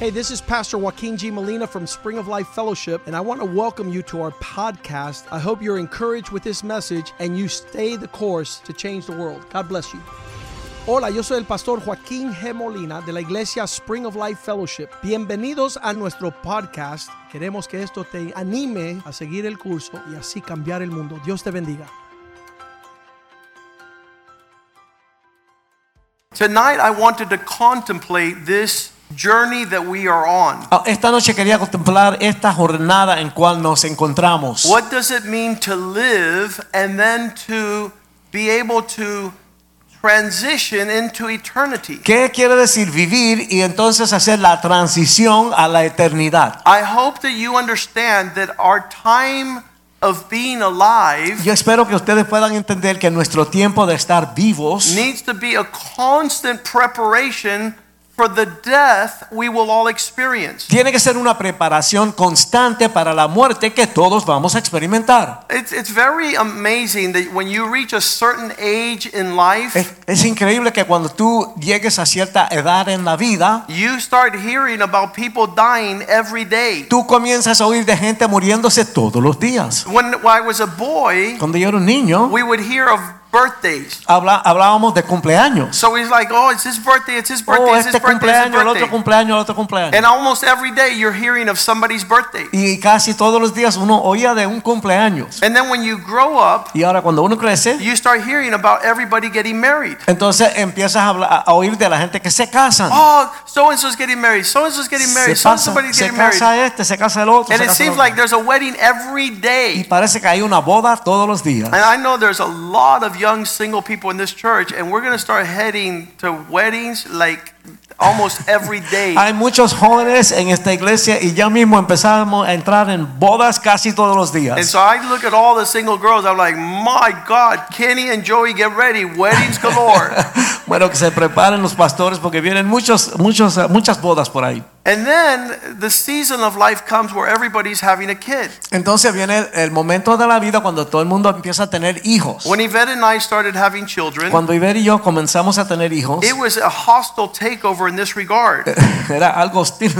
Hey, this is Pastor Joaquin G. Molina from Spring of Life Fellowship, and I want to welcome you to our podcast. I hope you're encouraged with this message and you stay the course to change the world. God bless you. Hola, yo soy el pastor Joaquín G. Molina de la iglesia Spring of Life Fellowship. Bienvenidos a nuestro podcast. Queremos que esto te anime a seguir el curso y así cambiar el mundo. Dios te bendiga. Tonight, I wanted to contemplate this journey that we are on. Ah, Esta noche quería contemplar esta jornada en cual nos encontramos. What does it mean to live and then to be able to transition into eternity? ¿Qué quiere decir vivir y entonces hacer la transición a la eternidad? I hope that you understand that our time of being alive Yo espero que ustedes puedan entender que nuestro tiempo de estar vivos needs to be a constant preparation for the death we will all experience. tiene que ser una preparación constante para la muerte que todos vamos a experimentar. It's, it's very amazing that when you reach a certain age in life, Es, es increíble que cuando tú llegues a cierta edad en la vida, you start hearing about people dying every day. tú comienzas a oír de gente muriéndose todos los días. When, when I was a boy, Cuando yo era un niño, we would hear of birthdays. habla- hablábamos de cumpleaños. So he's like, oh, it's his birthday, it's his birthday, Oh, it's his este birthday, it's his cumpleaños, el otro birthday. cumpleaños, el otro cumpleaños. And almost every day you're hearing of somebody's birthday. Y casi todos los días uno oía de un cumpleaños. And then when you grow up, Y ahora cuando uno crece, you start hearing about everybody getting married. entonces empiezas a, habla- a oír de la gente que se casan. Oh, so and so's getting married, so and so's getting Se, married, so and pasan, somebody's se getting married. casa este, se casa el otro. And se it casa el seems otro. like there's a wedding every y day. parece que hay una boda todos los días. And I know there's a lot of young single people in this church, and we're going to start heading to weddings like almost every day. Hay muchos jóvenes en esta iglesia y ya mismo empezamos a entrar en bodas casi todos los And días. so I look at all the single girls. I'm like, my God, Kenny and Joey, get ready. Weddings galore. Bueno, que se preparen los pastores porque vienen muchos, muchos, eh, muchas bodas por ahí. and then the season of life comes where everybody's having a kid. Entonces viene el- el momento de la vida cuando todo el mundo empieza a tener hijos. When Yvette and I started having children, Cuando Iber y yo comenzamos a tener hijos, it was a hostile takeover in this regard era algo hostil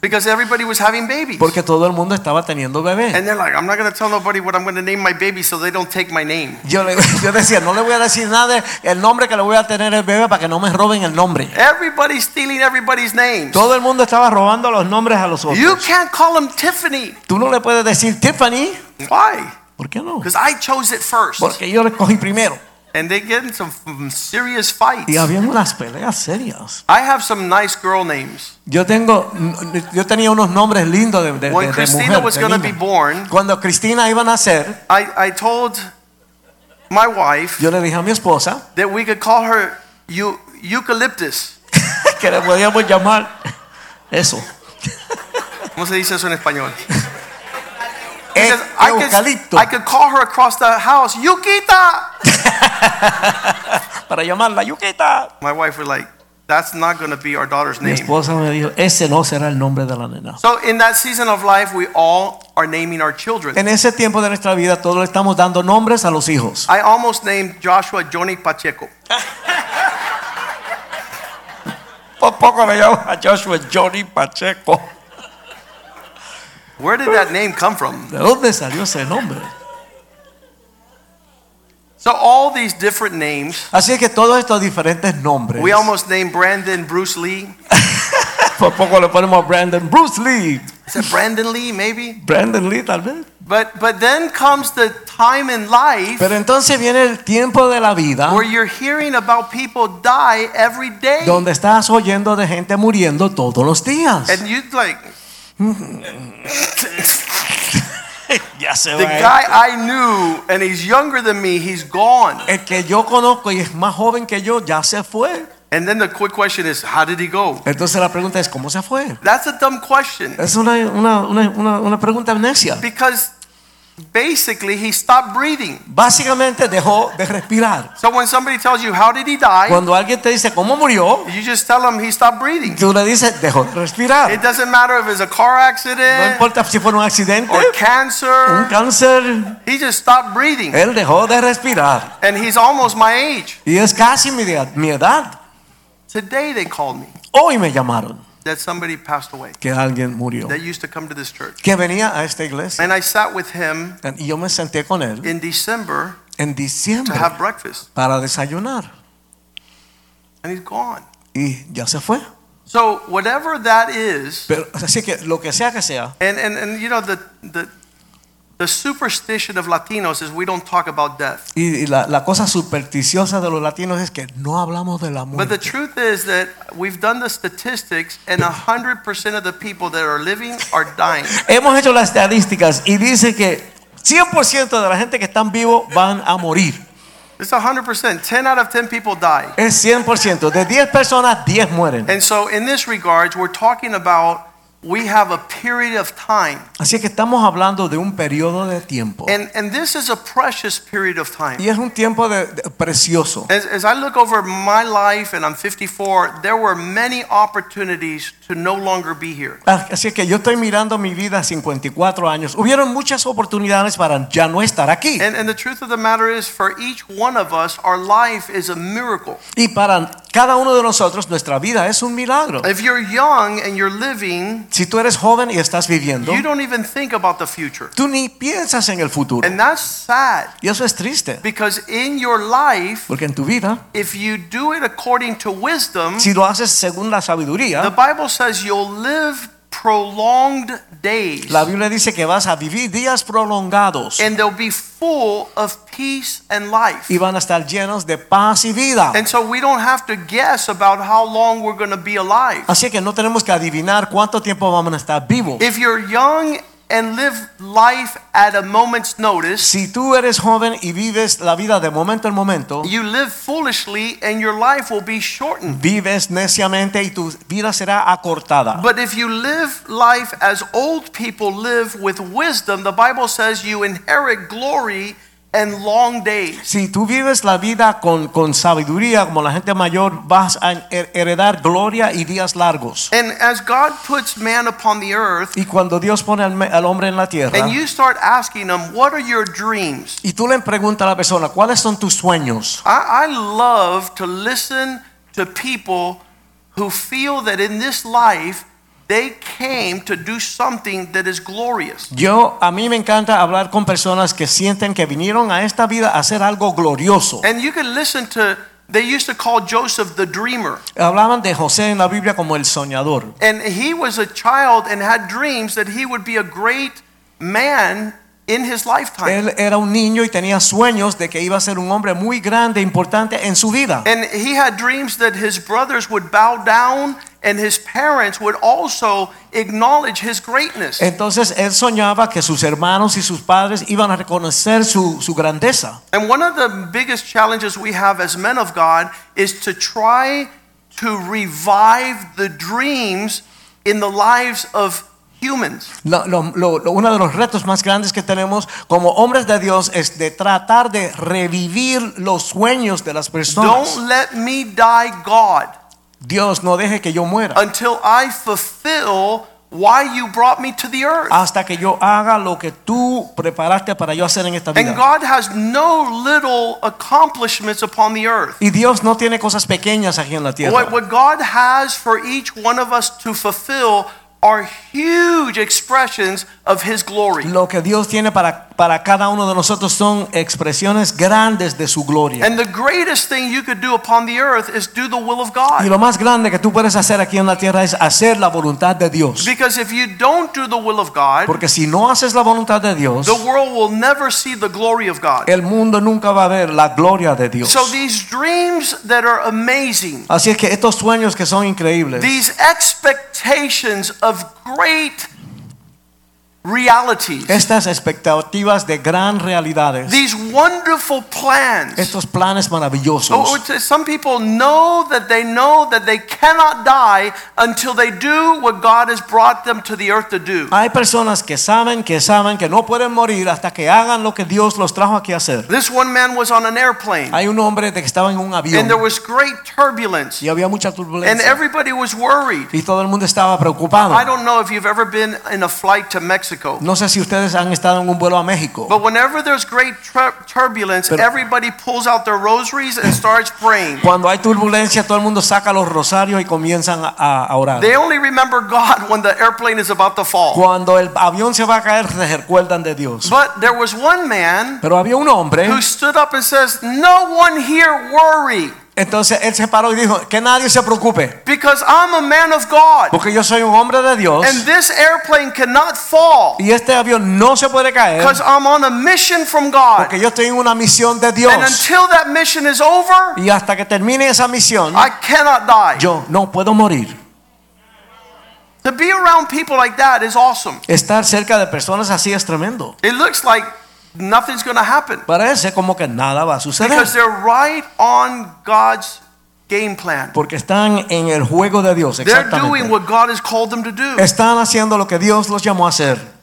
because everybody was having babies. porque todo el mundo estaba teniendo bebés. and they're like, I'm not going to tell nobody what I'm going to name my baby so they don't take my name. Yo, le- yo decía, no le voy a decir nada el nombre que le voy a tener el bebé para que no me roben el nombre. Everybody's stealing everybody's names. Todo el mundo estaba robando los nombres a los You otros. can't call him Tiffany. Tú no le puedes decir Tiffany, Why? ¿por qué no? Because I chose it first. Porque yo le cogí primero. And they get in some f- serious fights. Y había unas peleas serias. I have some nice girl names. Yo tengo, yo tenía unos nombres lindos de, de, de- When de Christina mujer, was de going to be niña. born, Cuando Cristina iba a nacer, I, I told my wife yo le dije a mi esposa that we could call her eu- Eucalyptus. que le podíamos llamar eso. ¿Cómo se dice eso en español? E- Because I could, eucalipto I could call her across the house, Yukita! para llamarla yuquita. My wife was like, that's not going to be our daughter's Mi name. esposa me dijo, ese no será el nombre de la nena. So in that season of life, we all are naming our children. En ese tiempo de nuestra vida todos le estamos dando nombres a los hijos. I almost named Joshua Johnny Pacheco. Por poco me llamo a Joshua Johnny Pacheco. Where did that name come from? ¿De dónde salió ese nombre? So all these different names, Así que todos estos diferentes nombres. we almost named Brandon Bruce Lee. Por poco le ponemos a Brandon Bruce Lee. Is it Brandon Lee, maybe? Brandon Lee tal vez. But but then comes the time in life Pero entonces viene el tiempo de la vida where you're hearing about people die every day, donde estás oyendo de gente muriendo todos los días. and you like Ya se the guy I knew, and he's younger than me. He's gone. El que yo conozco y es más joven que yo ya se fue. And then the quick question is, how did he go? Entonces la pregunta es, ¿cómo se fue? That's a dumb question Es una, una, una, una, una pregunta necia. because basically he stopped breathing. Básicamente dejó de respirar. So when somebody tells you how did he die, Cuando alguien te dice cómo murió, you just tell them he stopped breathing. tú le dices dejó de It respirar. doesn't matter if it's a car No accident importa si fue un accidente, or un cancer. cáncer, He just stopped breathing, él dejó de respirar. and he's almost my age. Y es casi mi edad. Mi edad. Today they called me. Hoy me llamaron. that somebody passed away que alguien murió, that used to come to this church. que venía a esta iglesia. And I sat with him Y yo me senté con él in December en to diciembre have breakfast, para desayunar and he's gone. y ya se fue. So whatever that is, Pero así que lo que sea que sea, and and, and you know the the the superstition of Latinos is we don't talk about death. y, y la, la cosa supersticiosa de los latinos es que no hablamos de la But the muerte. truth is that we've done the statistics, and 100% of the people that are living are dying. Hemos hecho las estadísticas y dice que 100% de la gente que están vivos van a morir. It's 100%. 10 out of 10 people die. Es 100%. De 10 personas, 10 mueren. And so, in this regards, we're talking about we have a period of time. Así que estamos hablando de un periodo de tiempo. And, and this is a precious period of time. Y es un tiempo de- de- precioso. As, as I look over my life, and I'm 54, there were many opportunities to no longer be here. Ah, Así que yo estoy mirando mi vida a 54 años. Hubieron muchas oportunidades para ya no estar aquí. And, and the truth of the matter is, for each one of us, our life is a miracle. Y para cada uno de nosotros, nuestra vida es un milagro. If you're young and you're living, Si tú eres joven y estás viviendo, You don't even think about the future. tú ni piensas en el futuro. And that's sad Y eso es triste. because in your life, Porque en tu vida, if you do it according to wisdom, si lo haces según la the sabiduría, Bible says you'll live prolonged days la Biblia dice que vas a vivir días prolongados and they'll be full of peace and life. y van a estar llenos de paz y vida. And so we don't have to guess about how long we're going to be alive. Así que no tenemos que adivinar cuánto tiempo vamos a estar vivos. If you're young and live life at a moment's notice, Si tú eres joven y vives la vida de momento en momento, you live foolishly and your life will be shortened. vives neciamente y tu vida será acortada. But if you live life as old people live with wisdom, the Bible says you inherit glory and long days. Si tú vives la vida con, con sabiduría como la gente mayor, vas a her- heredar gloria y días largos. And as God puts man upon the earth, Y cuando Dios pone al, me- al hombre en la tierra and you start asking him, What are your dreams? y tú le preguntas a la persona, ¿cuáles son tus sueños? I, I love to listen to people who feel that in this life they came to do something that is glorious. Yo, a mí me encanta hablar con personas que sienten que vinieron a esta vida a hacer algo glorioso. And you can listen to, they used to call Joseph the dreamer. Hablaban de José en la Biblia como el soñador. And he was a child and had dreams that he would be a great man in his lifetime. Él era un niño y tenía sueños de que iba a ser un hombre muy grande, e importante en su vida. And he had dreams that his brothers would bow down and his parents would also acknowledge his greatness. Entonces él soñaba que sus hermanos y sus padres iban a reconocer su, su grandeza. And one of the biggest challenges we have as men of God is to try to revive the dreams in the lives of humans. Lo- lo- lo- lo- uno de los retos más grandes que tenemos como hombres de Dios es de tratar de revivir los sueños de las personas. Don't let me die, God, Dios no deje que yo muera until I fulfill why you brought me to the earth. hasta que yo haga lo que tú preparaste para yo hacer en esta And vida. God has no little accomplishments upon the earth. Y Dios no tiene cosas pequeñas aquí en la tierra. What, what God has for each one of us to fulfill are huge expressions of His glory. Lo que Dios tiene para, para cada uno de nosotros son expresiones grandes de su gloria. And the greatest thing you could do upon the earth is do the will of Y God. lo más grande que tú puedes hacer aquí en la tierra es hacer la voluntad de Dios. Because if you don't do the will of God, Porque si no haces la voluntad de Dios, the world will never see the glory of God. el mundo nunca va a ver la gloria de Dios. So these dreams that are amazing, Así es que estos sueños que son increíbles, these expectations of great realities, estas expectativas de gran realidades, these wonderful plans. estos planes Oh, maravillosos, it's- some people know that they know that they cannot die until they do what God has brought them to the earth to do. hay personas que saben, que saben que no pueden morir hasta que hagan lo que Dios los trajo aquí a hacer. This one man was on an airplane, Hay un hombre de que estaba en un avión and there was great turbulence, y había mucha and turbulencia. everybody was worried. y todo el mundo estaba preocupado. I don't know if you've ever been in a flight to Mexico. No sé si ustedes han estado en un vuelo a México. But whenever there's great tur- turbulence, Pero- everybody pulls out their rosaries and starts praying. Cuando hay turbulencia, todo el mundo saca los rosarios y comienzan a, a orar. They only remember God when the airplane is about to fall. Cuando el avión se va a caer, se recuerdan de Dios. But there was one man Pero había un hombre, who stood up and says, No one here worry, entonces él se paró y dijo, que nadie se preocupe, because I'm a man of God. porque yo soy un hombre de Dios And this airplane cannot fall, y este avión no se puede caer because I'm on a mission from God. porque yo estoy en una misión de And Dios. until that mission is over, Y hasta que termine esa misión, I cannot die. yo no puedo morir. To be around people like that is awesome. Estar cerca de personas así es tremendo. It looks like nothing's going to happen Parece como que nada va a suceder because they're right on God's game plan. porque están en el juego de Dios. They're doing Exactamente. what God has called them to do. Están haciendo lo que Dios los llamó a hacer.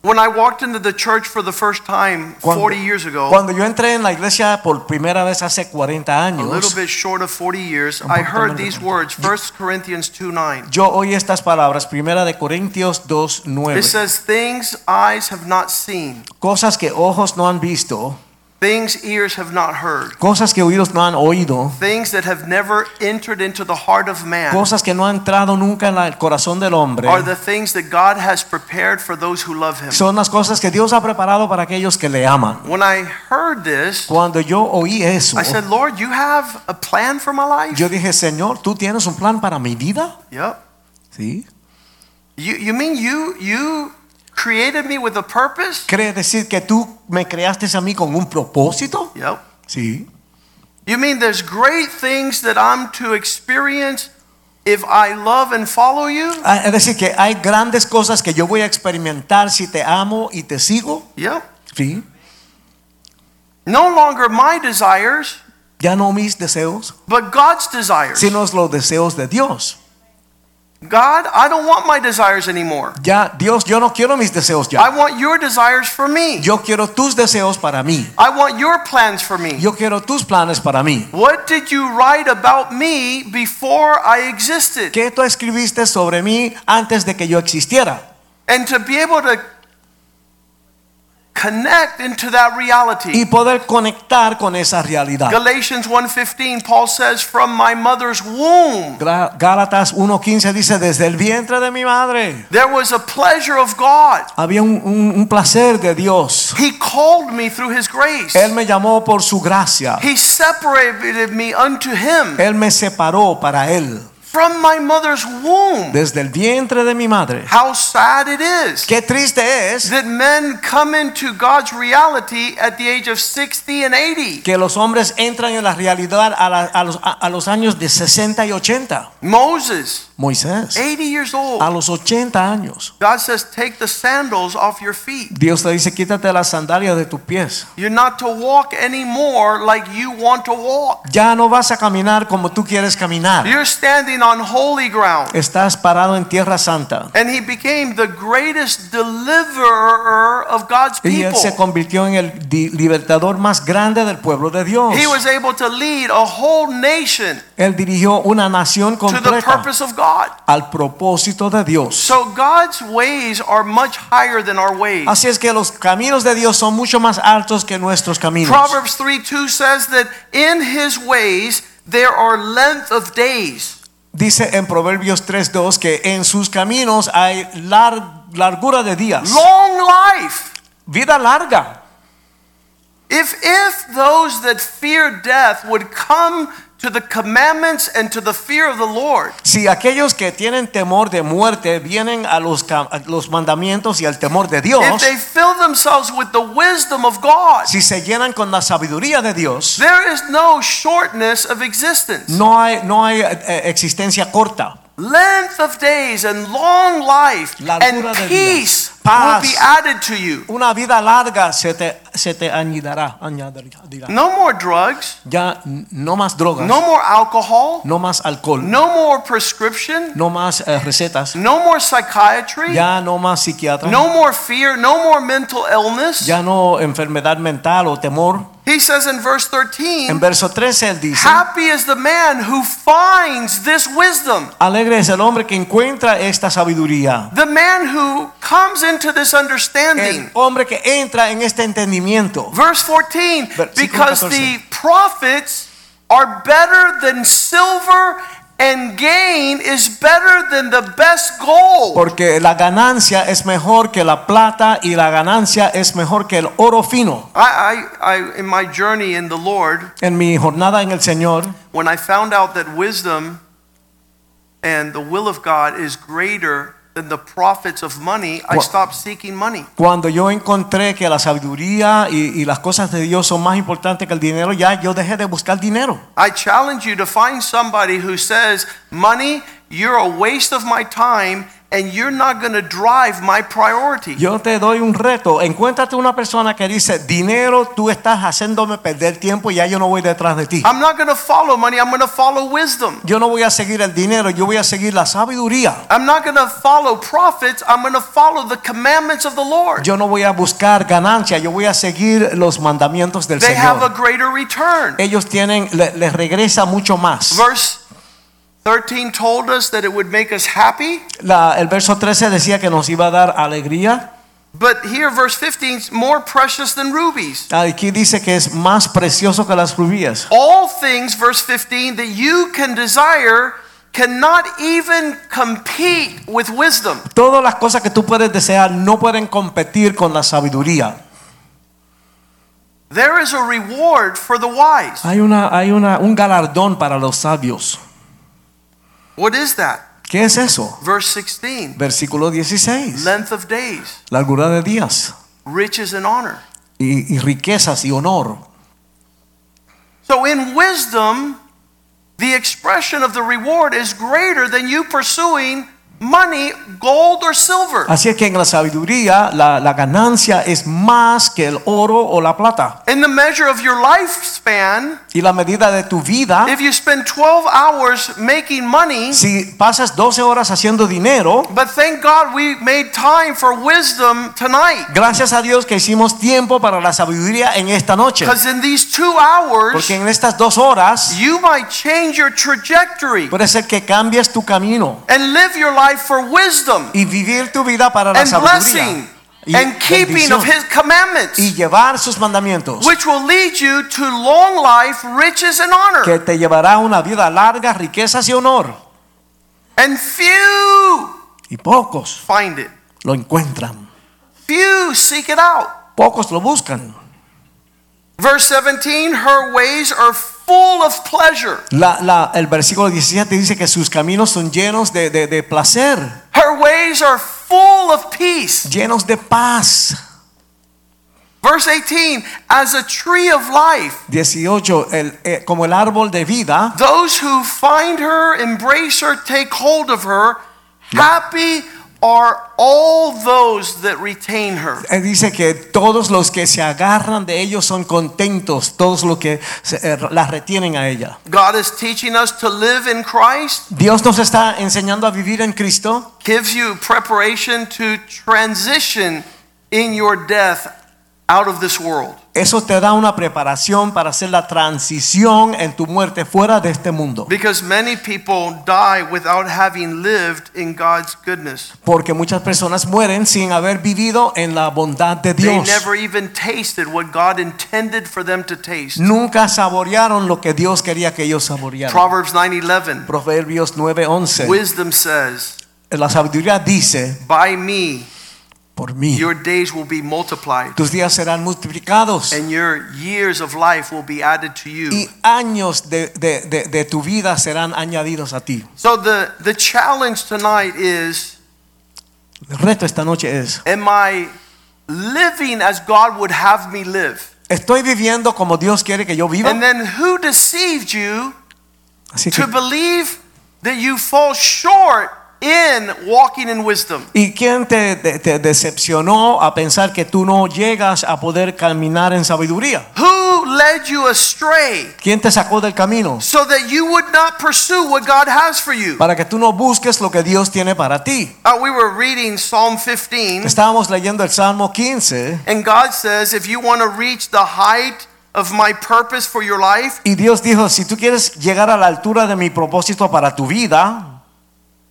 When I walked into the church for the first time 40 years ago, cuando yo entré en la iglesia por primera vez hace 40 a little años, bit short of 40 years, Un I poquito heard menos de these 40. words, 1 Corinthians 2 9. yo oí estas palabras, primera de Corintios It 2:9, says, Things eyes have not seen, cosas que ojos no han visto, things ears have not heard, cosas que oídos no han oído, things that have never entered into the heart of man. cosas que no han entrado nunca en la- el corazón del hombre. are the things that God has prepared for those who love Him. Son las cosas que Dios ha preparado para aquellos que le aman. When I heard this, Cuando yo oí eso, I said, Lord, you have a plan for my life? yo dije, Señor, ¿tú tienes un plan para mi vida? Yep. Sí. You, you mean you, you created me with a purpose? ¿Quiere decir que tú me creaste a mí con un propósito? Yep. Sí. You mean there's great things that I'm to experience if I love and follow you? Ah, Es decir, que hay grandes cosas que yo voy a experimentar si te amo y te sigo. Yep. Sí. No longer my desires, Ya no mis deseos, but God's desires. sino los deseos de Dios. God, I don't want my desires anymore. Ya, Dios, yo no quiero mis deseos ya. I want your desires for me. Yo quiero tus deseos para mí. I want your plans for me. Yo quiero tus planes para mí. What did you write about me before I existed? ¿Qué tú escribiste sobre mí antes de que yo existiera? And to be able to connect into that reality. Y poder conectar con esa realidad. Galatians 1:15 Paul says from my mother's womb Gra- Gálatas 1.15 dice, desde el vientre de mi madre there was a pleasure of God. había un- un- un placer de Dios. He called me through his grace. Él me llamó por su gracia. He separated me unto him Él me separó para Él from my mother's womb. desde el vientre de mi madre. How sad it is Qué triste es that men come into God's reality at the age of 60 and 80. que los hombres entran en la realidad a, la- a los, a- a los años de 60 y 80. Moses Moisés, 80 years old. a los 80 años. God says, Take the sandals off your feet. Dios te dice, quítate las sandalias de tus pies. You're not to walk anymore like you want to walk. Ya no vas a caminar como tú quieres caminar. You're standing on holy ground. Estás parado en tierra santa. And he became the greatest deliverer of God's Y él people. se convirtió en el di- libertador más grande del pueblo de Dios. He was able to lead a whole nation Él dirigió una nación to the completa purpose of God. al propósito de Dios. So God's ways are much higher than our ways. Así es que los caminos de Dios son mucho más altos que nuestros caminos. Proverbs 3 2 says that in his ways there are length of days. Dice en Proverbios 3:2 que en sus caminos hay lar- largura de días, Long life. vida larga. If if those that fear death would come to the commandments and to the fear of the Lord, Si aquellos que tienen temor de muerte vienen a los, cam- a los mandamientos y al temor de if Dios, they fill themselves with the wisdom of God, si se llenan con la sabiduría de Dios, there is no shortness of existence. no hay, no hay eh, existencia corta. Length of days and long life Largura and de días. peace will Paz. be added to you. Una vida larga se te, se te añadirá. añadirá. No more drugs, Ya n- no más drogas, no more alcohol, no más alcohol, no more prescription, no más eh, recetas. no more psychiatry, Ya no más psiquiatra. no more fear, no more mental illness. Ya no enfermedad mental o temor. He says in verse 13, En verso 13 él dice, Happy is the man who finds this wisdom. alegre es el hombre que encuentra esta sabiduría. The man who comes into this El understanding. hombre que entra en este entendimiento. Verse 14 Versículo Because 14. the prophets are better than silver, and gain is better than the best gold. Porque la ganancia es mejor que la plata y la ganancia es mejor que el oro fino. I, I, I, in my journey in the Lord, En mi jornada en el Señor, when I found out that wisdom and the will of God is greater than the profits of money, I Well- stopped seeking money. cuando yo encontré que la sabiduría y, y las cosas de Dios son más importantes que el dinero, ya yo dejé de buscar dinero. I challenge you to find somebody who says, Money, you're a waste of my time and you're not going to drive my priority. Yo te doy un reto. Encuéntrate una persona que dice, dinero, tú estás haciéndome perder tiempo y ya yo no voy detrás de ti. I'm not going to follow money, I'm going to follow wisdom. Yo no voy a seguir el dinero, yo voy a seguir la sabiduría. I'm not going to follow profits, I'm going to follow the commandments of the Lord. Yo no voy a buscar ganancia, yo voy a seguir los mandamientos del They have a Señor. greater return. Ellos tienen, le- les regresa mucho más. Verse 13 told us that it would make us happy, La- el verso 13 decía que nos iba a dar alegría. but here, verse 15, 's more precious than rubies. Aquí dice que es más precioso que las rubíes. All things, verse 15, that you can desire cannot even compete with wisdom. Todas las cosas que tú puedes desear no pueden competir con la sabiduría. There is a reward for the wise. Hay, una, hay una, un galardón para los sabios. What is that? ¿Qué es eso? Verse 16 Versículo 16. length of days, Largura de días riches, and honor. y, y riquezas y honor. So, in wisdom, the expression of the reward is greater than you pursuing money, gold, or silver. Así es que en la sabiduría la, la ganancia es más que el oro o la plata. In the measure of your lifespan, Y la medida de tu vida, if you spend 12 hours making money, si pasas 12 horas haciendo dinero, but thank God we made time for wisdom tonight. Gracias a Dios que hicimos tiempo para la sabiduría en esta noche. Because in these two hours, Porque en estas dos horas you might change your trajectory puede ser que cambies tu camino and live your life for wisdom y vivir tu vida para la and sabiduría blessing y, and keeping bendición of His commandments, y llevar sus mandamientos which will lead you to long life, riches, and que honor. te llevará a una vida larga, riquezas y honor. And few Y pocos find it, lo encuentran, few seek it out. pocos lo buscan. Verse 17, her ways are full of pleasure. La- la- el versículo 17 dice que sus caminos son llenos de, de- de placer, Her ways are full of peace. llenos de paz. Verse 18, as a tree of life, 18, el- eh, como el árbol de vida. those who find her, embrace her, take hold of her, happy are all those that retain her. Eh, Dice que todos los que se agarran de ellos son contentos, todos los que se- eh, la retienen a ella. God is teaching us to live in Christ, Dios nos está enseñando a vivir en Cristo, gives you preparation to transition in your death out of this world. eso te da una preparación para hacer la transición en tu muerte fuera de este mundo. Because many people die without having lived in God's goodness. Porque muchas personas mueren sin haber vivido en la bondad de They Dios. never even tasted what God intended for them to taste. Nunca saborearon lo que Dios quería que ellos saborearan. Proverbs 9:11. Proverbios 9:11. Wisdom says, La sabiduría dice, "By me por mí, your days will be multiplied tus días serán multiplicados. and your years of life will be added to you." y años de, de- de- de tu vida serán añadidos a ti. So the the challenge tonight is El reto esta noche es, am I living as God would have me live? estoy viviendo como Dios quiere que yo viva. And then who deceived you Así que- to believe that you fall short in walking in wisdom. ¿Y quién te, te- te decepcionó a pensar que tú no llegas a poder caminar en sabiduría? Who led you astray ¿Quién te sacó del camino so that you would not pursue what God has for you? para que tú no busques lo que Dios tiene para ti? Uh, we were reading Psalm 15, Estábamos leyendo el Salmo 15 and God says, if you want to reach the height of my purpose for your life, Y Dios dijo, si tú quieres llegar a la altura de mi propósito para tu vida,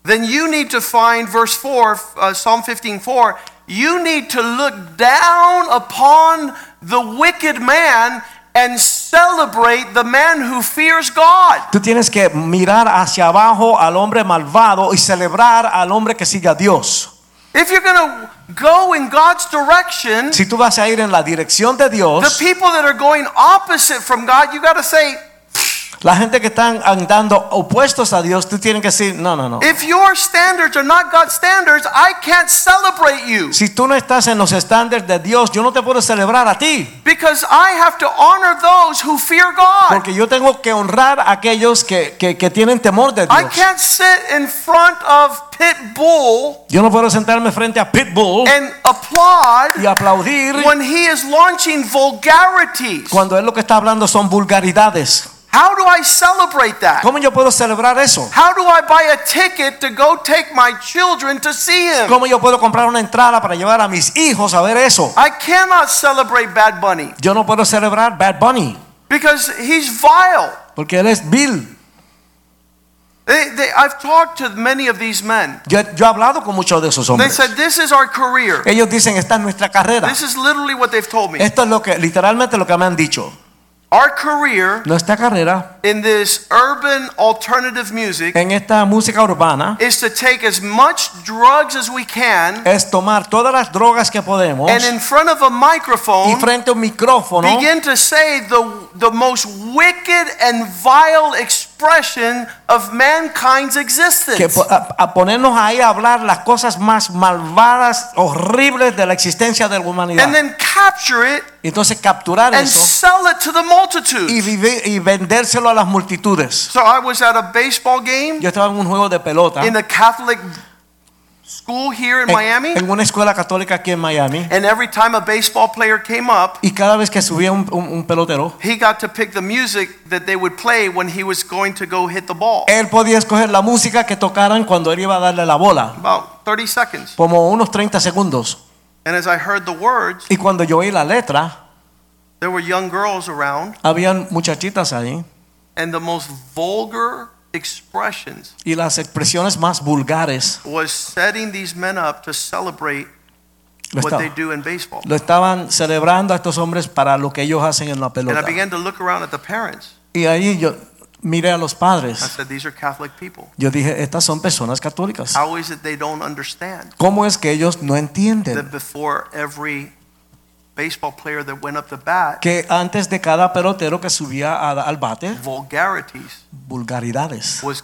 then you need to find verse 4, uh, Psalm 15 4. You need to look down upon the wicked man and celebrate the man who fears God. tú tienes que mirar hacia abajo al hombre malvado y celebrar al hombre que sigue a Dios. If you're going to go in God's direction, Si tú vas a ir en la dirección de the Dios, people that are going opposite from God, you got to say, la gente que están andando opuestos a Dios, tú tienes que decir, no, no, no. if your standards are not God's standards, I can't celebrate you Si tú no estás en los estándares de Dios, yo no te puedo celebrar a ti, because I have to honor those who fear God. porque yo tengo que honrar a aquellos que, que- que tienen temor de I Dios. can't sit in front of Pit Bull Yo no puedo sentarme frente a Pitbull and applaud y aplaudir when he is launching vulgarities. cuando él lo que está hablando son vulgaridades. How do I celebrate that? ¿Cómo yo puedo celebrar eso? How do I buy a ticket to go take my children to see him? ¿Cómo yo puedo comprar una entrada para llevar a mis hijos a ver eso? I cannot celebrate Bad Bunny Yo no puedo celebrar Bad Bunny because he's vile. porque él es vil. They, they, I've talked to many of these men. Yo, yo he hablado con muchos de esos They hombres. said, This is our career. Ellos dicen, esta es nuestra carrera. This is literally what they've told me. Esto es lo que, literalmente lo que me han dicho. Our career Nuestra carrera in this urban alternative music en esta música urbana is to take as much drugs as we can es tomar todas las drogas que podemos and in front of a y microphone frente a un micrófono begin to say the, the most wicked and vile expression of mankind's que existence. po- a, a ponernos ahí a hablar las cosas más malvadas, horribles de la existencia de la humanidad. And then capture it Entonces capturar and eso sell it to the y, multitude. vivi- y vendérselo a las multitudes. So I was at a baseball game Yo estaba en un juego de pelota in a Catholic school here in en- Miami. en una escuela católica aquí en Miami And every time a baseball player came up, y cada vez que subía un, un- un pelotero, he got to pick the music that they would play when he was going to go hit the ball. él podía escoger la música que tocaran cuando él iba a darle la bola, About 30 seconds. como unos 30 segundos. And as I heard the words, Y cuando yo oí la letra, there were young girls around, habían muchachitas ahí and the most vulgar expressions y las expresiones más vulgares was setting these men up to celebrate lo, what they estaban- do in baseball. lo estaban celebrando a estos hombres para lo que ellos hacen en la And pelota. I began to look around at the parents. Y ahí yo miré a los I padres. said, These are Catholic people. Yo dije, estas son personas católicas. How is it they don't understand ¿Cómo es que ellos no that entienden before every baseball player that went up to bat, que antes de cada pelotero que subía a- al bate, vulgarities vulgaridades? was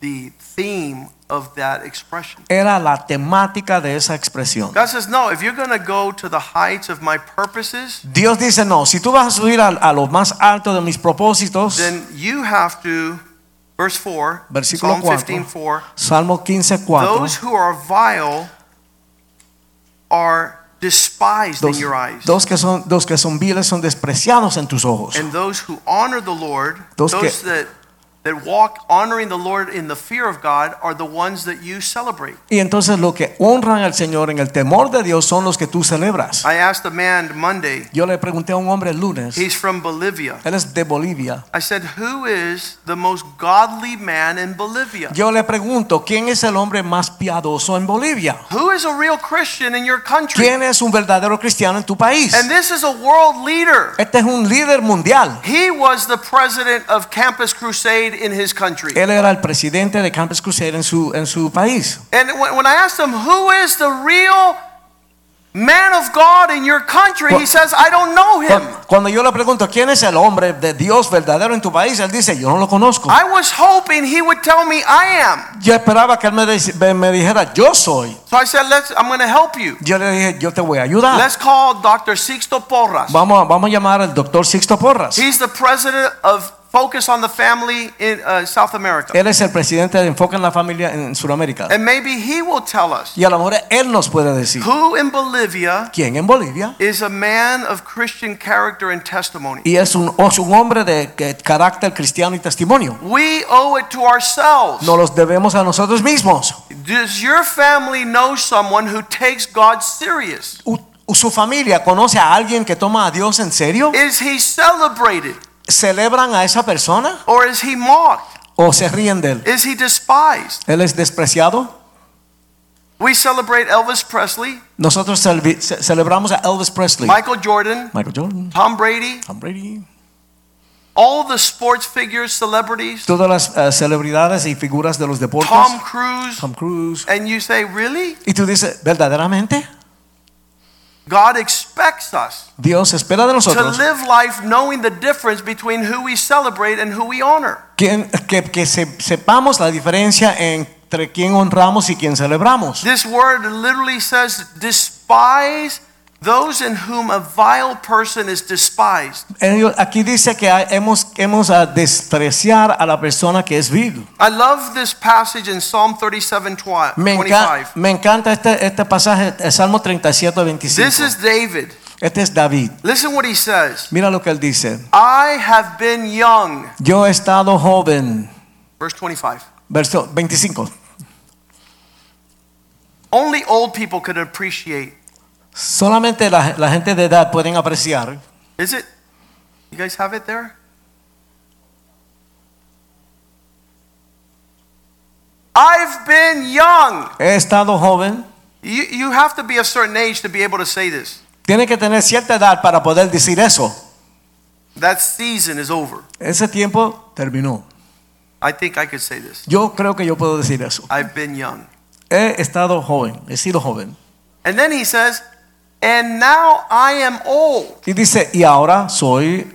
the theme of that expression. Era la temática de esa expresión. God says, No, if you're going to go to the heights of my purposes, Dios dice, no, si tú vas a subir al- a, lo más alto de mis propósitos, then you have to, verse 4, Versículo Psalm cuatro. 15 4, Salmo 15, 4, those who are vile are despised in dos, your eyes. dos que son, dos que son viles son despreciados en tus ojos. and those who honor the Lord, Those those, que- that, that walk honoring the Lord in the fear of God, are the ones that you celebrate. Y entonces lo que honran al Señor en el temor de Dios son los que tú celebras. I asked a man Monday, Yo le pregunté a un hombre el lunes, he's from Bolivia. él es de Bolivia. I said, Who is the most godly man in Bolivia? Yo le pregunto, ¿quién es el hombre más piadoso en Bolivia? Who is a real Christian in your country? ¿Quién es un verdadero cristiano en tu país? And this is a world leader. Este es un líder mundial. He was the president of Campus Crusade in his country. Él era el presidente de Campus Crusade en su, en su país. And when, when I asked him, Who is the real man of God in your country? He Cu- says, I don't know Cu- him. Cuando yo le pregunto, ¿quién es el hombre de Dios verdadero en tu país? Él dice, yo no lo conozco. I was hoping he would tell me I am. Yo esperaba que él me, dice- me- me dijera, yo soy. So I said, Let's, I'm going to help you. Yo le dije, yo te voy a ayudar. Let's call Dr. Sixto Porras. Ah. Vamos, a- vamos a llamar al doctor Sixto Porras. He's the president of Focus on the Family in uh, South America. Él es el presidente de Enfoque en la Familia en Sudamérica. And maybe he will tell us Y a lo mejor él nos puede decir, who in Bolivia ¿quién en Bolivia? is a man of Christian character and testimony. Y es un, es un hombre de que- carácter cristiano y testimonio. We owe it to ourselves. No los debemos a nosotros mismos. Does your family know someone who takes God serious? U- su familia conoce a alguien que toma a Dios en serio? Is he celebrated ¿Celebran a esa persona or is he mocked? o se ríen de él? Is he despised? Él es despreciado. We celebrate Elvis Presley, Nosotros celebri- ce- celebramos a Elvis Presley, Michael Jordan, Michael Jordan, Tom Brady, Tom Brady, all the sports figures, celebrities, todas las eh, celebridades y figuras de los deportes, Tom Cruise, Tom Cruise. and you say, really? Y tú dices, verdaderamente, God expects us Dios espera de to nosotros live life knowing the difference between who we celebrate and who we honor. quien- que, que se- sepamos la diferencia entre quién honramos y quién celebramos. This word literally says, despise those in whom a vile person is despised. Ellos- Aquí dice que hay- hemos, hemos a despreciar a la persona que es vil. I love this passage in Psalm 37 twi- Me, enca- 25. me encanta este, este pasaje, el Salmo 37, This is 25. David. Este es David. Listen what he says. Mira lo que él dice. I have been young. Yo he estado joven. Verse 25. Verso 25. Only old people could appreciate. Solamente la, la gente de edad pueden apreciar. Is it? You guys have it there? I've been young. He estado joven. You, you have to be a certain age to be able to say this. Tiene que tener cierta edad para poder decir eso. That season is over. Ese tiempo terminó. I think I could say this. Yo creo que yo puedo decir eso. I've been young. He estado joven. He sido joven. And then he says, and now I am old. Y dice, y ahora soy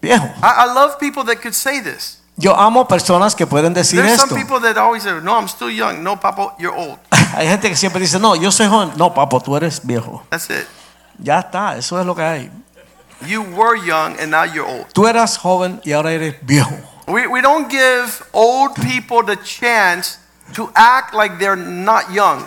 viejo. I, I love people that could say this. Yo amo personas que pueden decir There's esto. some people that always say, no, I'm still young. No, Papa, you're old. Hay gente que siempre dice, no, yo soy joven. No, papo, tú eres viejo. That's it. Ya está, eso es lo que hay. You were young and now you're old. Tú eras joven y ahora eres viejo. We, we don't give old people the chance to act like they're not young.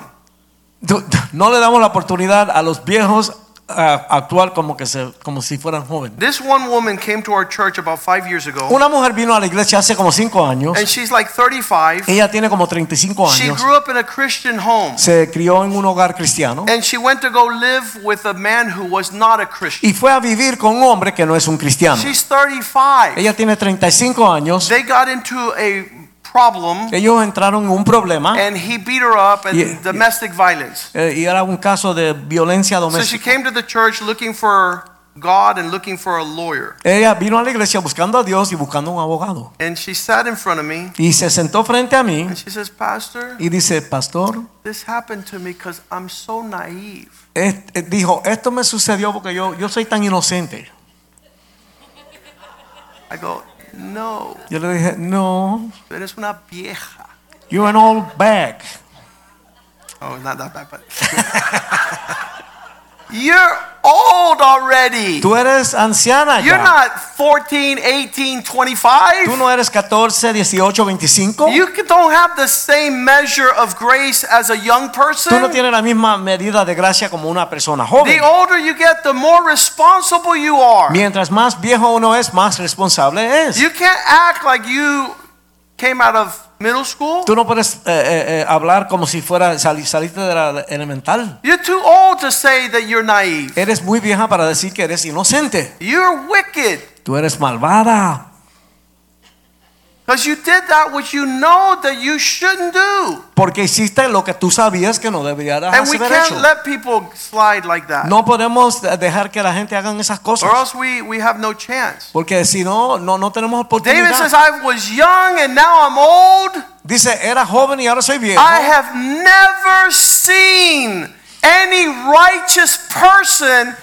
Tú- tú- No le damos la oportunidad a los viejos a actuar como, que se, como si fueran jóvenes. This one woman came to our church about five years ago, Una mujer vino a la iglesia hace como 5 años. and she's like 35. Ella tiene como 35 She años. grew up in a Christian home, Se crió en un hogar cristiano. and she went to go live with a man who was not a Christian. Y fue a vivir con un hombre que no es un cristiano. She's 35. Ella tiene 35 años. They got into a problem, Ellos entraron en un problema. and he beat her up and Yeah. domestic violence. eh, Y era un caso de violencia So she doméstica. came to the church looking for God and looking for a lawyer. Ella vino a la iglesia buscando a Dios y buscando un abogado. And she sat in front of me, Y se sentó frente a mí and she says, Pastor, y dice, pastor, This happened to me because I'm so naive. Este- dijo, esto me sucedió porque yo, yo soy tan inocente. I go, no, Yo le dije, no, tú eres una vieja. you're an old bag. Oh, not that bad, but. You're old already. Tú eres anciana You're ya. not 14, 18, Tú 25. no eres 14, 18, 25. You can- don't have the same measure of grace as a young person. Tú no tienes la misma medida de gracia como una persona joven. The older you get, the more responsible you are. Mientras más viejo uno es, más responsable es. You can't act like you came out of middle school. Tú no puedes eh, eh, eh, hablar como si fuera sali- saliste de la elemental. You're too old to say that you're naive. Eres muy vieja para decir que eres inocente. You're wicked. Tú eres malvada Because you did that which you know that you shouldn't do. porque hiciste lo que tú sabías que no deberías And we haber can't hecho. let people slide like that. No podemos dejar que la gente hagan esas Or cosas. else we, we have no chance. Porque si no, no, no tenemos David says, oportunidad. I was young and now I'm old. Dice, era joven y ahora soy viejo. I have never seen any righteous person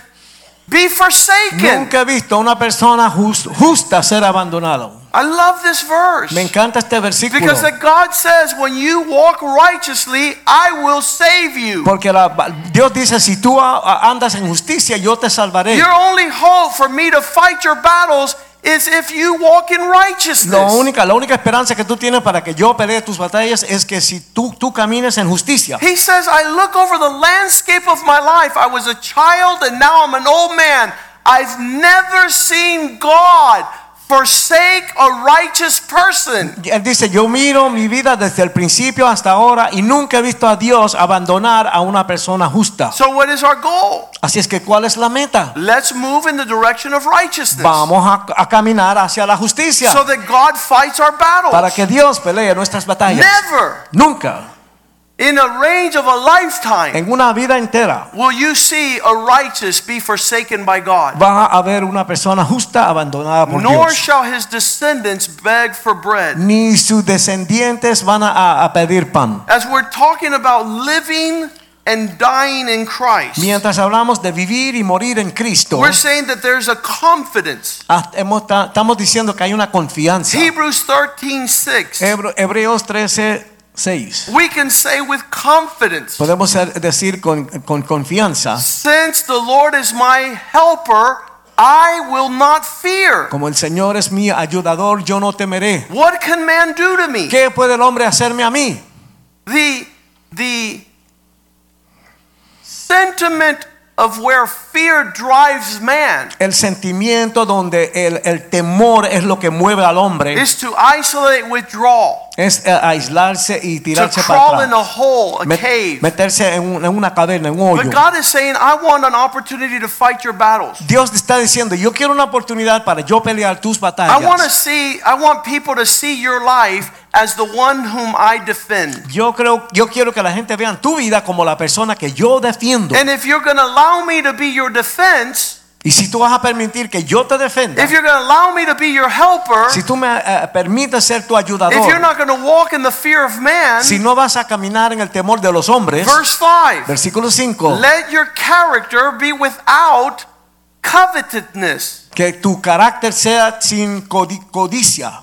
be forsaken. Nunca he visto a una persona jus- justa ser abandonada. I love this verse. Me encanta este versículo. Because that God says, when you walk righteously, I will save you. Porque la- Dios dice, si tú a- a- andas en justicia, yo te salvaré. Your only hope for me to fight your battles is if you walk in righteousness. Lo única, la única esperanza que tú tienes para que yo pelee tus batallas es que si tú, tú camines en justicia. He says, I look over the landscape of my life. I was a child and now I'm an old man. I've never seen God forsake a righteous person. Él dice, yo miro mi vida desde el principio hasta ahora y nunca he visto a Dios abandonar a una persona justa. So, what is our goal? Así es que, ¿cuál es la meta? Let's move in the direction of righteousness Vamos a, a caminar hacia la justicia so that God fights our para battles. que Dios pelee nuestras batallas. Never Nunca, in a range of a lifetime en una vida entera, will you see a righteous be forsaken by God, va a haber una persona justa abandonada por nor Dios. shall his descendants beg for bread. Ni sus descendientes van a, a pedir pan. As we're talking about living and dying in Christ, Mientras hablamos de vivir y morir en Cristo, we're saying that there's a confidence. ah, hemos- ta- estamos diciendo que hay una confianza. Hebrews 13 6. Hebro- Hebreos 13, 6. We can say with confidence, Podemos ser- decir con, con confianza, since the Lord is my helper, I will not fear. como el Señor es mi ayudador, yo no temeré. What can man do to me? ¿Qué puede el hombre hacerme a mí? The the sentiment of where fear drives man El sentimiento donde el, el temor es lo que mueve al hombre is to isolate, withdraw, es eh, aislarse y to tirarse para crawl in atrás, a hole, a Met- cave. meterse en, un- en una caverna, en un But hoyo. God is saying, I want an opportunity to fight your battles. Dios te está diciendo, yo quiero una oportunidad para yo pelear tus I want to batallas. see, I want people to see your life as the one whom I defend. Yo creo, yo quiero que la gente vea tu vida como la persona que yo defiendo. And if you're going to allow me to be your defense, Y si tú vas a permitir que yo te defenda, if you're going to allow me to be your helper, si tú me eh, permites ser tu if you're ayudador, not going to walk in the fear of man, si no vas a caminar en el temor de los hombres, verse 5 versículo 5, let your character be without covetousness. que tu carácter sea sin codi- codicia.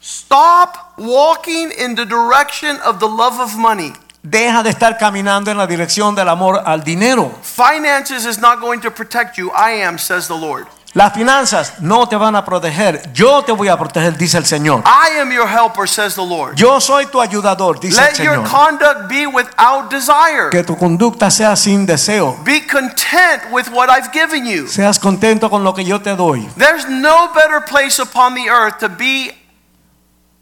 Stop walking in the direction of the love of money. Deja de estar caminando en la dirección del amor al dinero. Finances is not going to protect you. I am, says the Lord. Las finanzas no te van a proteger. Yo te voy a proteger, dice el Señor. I am your helper, says the Lord. Yo soy tu ayudador, dice el Let your Señor. conduct be without desire. Que tu conducta sea sin deseo. Be content with what I've given you. Seas contento con lo que yo te doy. There's no better place upon the earth to be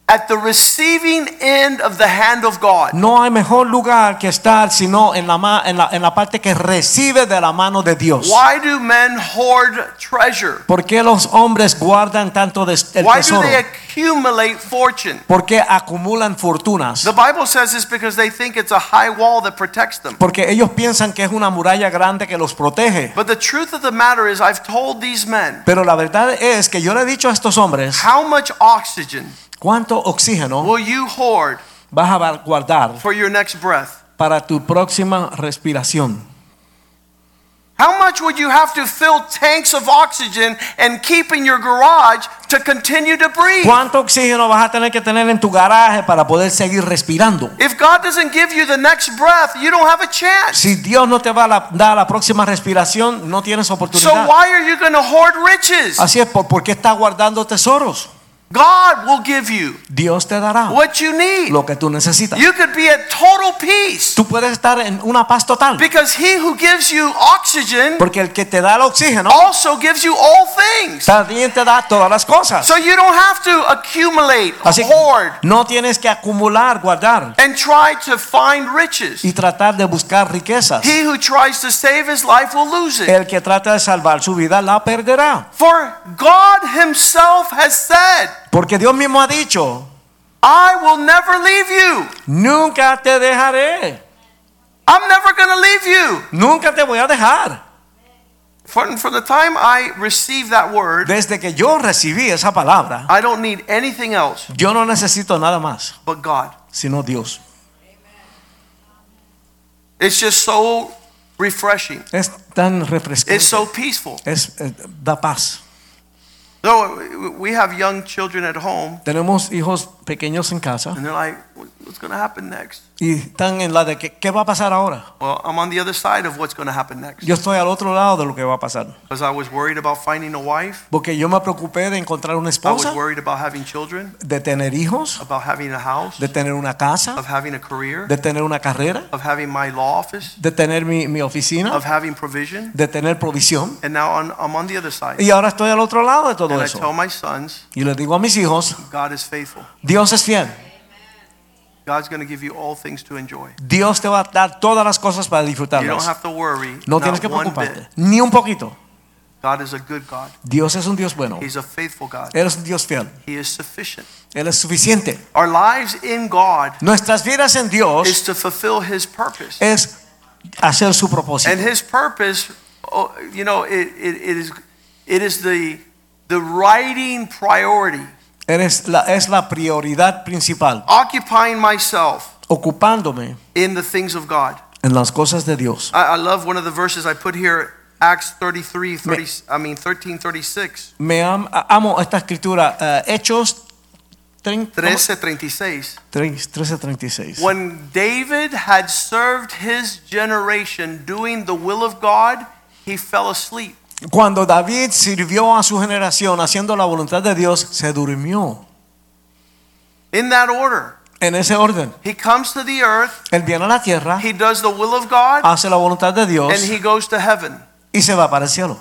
at the receiving end of the hand of God. No hay mejor lugar que estar sino en la, ma- en la, en la parte que recibe de la mano de Dios. Why do men hoard treasure? ¿Por qué los hombres guardan tanto des- el Why do tesoro? they accumulate fortune? ¿Por qué acumulan fortunas? The Bible says it's because they think it's a high wall that protects them. Porque ellos piensan que es una muralla grande que los protege. But the truth of the matter is, I've told these men Pero la verdad es que yo le he dicho a estos hombres, how much oxygen ¿cuánto oxígeno will you hoard vas a va- guardar for your next breath? para tu próxima respiración? How much would you have to fill tanks of oxygen and keep in your garage to continue to breathe? ¿Cuánto oxígeno vas a tener que tener en tu garaje para poder seguir respirando? If God doesn't give you the next breath, you don't have a chance. Si Dios no te va a la- dar la próxima respiración, no tienes So oportunidad. why are you going to hoard riches? Así es, ¿por, por qué estás guardando tesoros? God will give you Dios te dará what you need. lo que tú necesitas. You could be at total peace Tú puedes estar en una paz total, because he who gives you oxygen porque el que te da el oxígeno also gives you all things. también te da todas las cosas. So you don't have to accumulate, Así que hoard, no tienes que acumular, guardar and try to find riches. y tratar de buscar riquezas. He who tries to save his life will lose it. El que trata de salvar su vida la perderá. For God himself has said, Porque Dios mismo ha dicho, I will never leave you. nunca te dejaré, I'm never going to leave you. nunca te voy a dejar. From, from the time I received that word, Desde que yo recibí esa palabra, I don't need anything else yo no necesito nada más, but God. sino Dios. It's just so refreshing. Es tan It's refrescante. so peaceful. Es, eh, da paz. Though we have young children at home, Tenemos hijos pequeños en casa and they're like, what's going to happen next? y están en la de que, ¿qué va a pasar ahora? Well, I'm on the other side of what's going to happen next. Yo estoy al otro lado de lo que va a pasar. Because I was worried about finding a wife. Porque yo me preocupé de encontrar una I was esposa, worried about having children, de tener hijos, about having a house, de tener una casa, of having a career, de tener una carrera, of having my law office, de tener mi, mi oficina, of having provision. de tener provisión. And now I'm, I'm on the other side. Y ahora estoy al otro lado de todo todo And I eso. tell my sons, Y les digo a mis hijos, God is faithful. Dios es fiel. God's going to give you all things to enjoy. Dios te va a dar todas las cosas para You don't disfrutarlas. have to worry. No not tienes que one preocuparte, bit. ni un poquito. God is a good God. Dios es un Dios bueno. He's a faithful God. Él es un Dios fiel. He is sufficient. Él es suficiente. Our lives in God Nuestras vidas en Dios is to fulfill His purpose. es hacer su And propósito. His purpose, oh, you know, it, it, it is it is the the writing priority, Él es la, es la prioridad principal, occupying myself ocupándome in the things of God. en las cosas de Dios. I, I love one of the verses I put here, Acts 33, 30, I mean 13, 36. Me am- amo esta escritura, eh, Hechos 13, 13, 36. 13:36. When David had served his generation doing the will of God, he fell asleep. Cuando David sirvió a su generación haciendo la voluntad de Dios, se durmió. In that order, En ese orden, he comes to the earth, él viene a la tierra, he does the will of God, hace la voluntad de Dios and he goes to heaven. y se va para el cielo.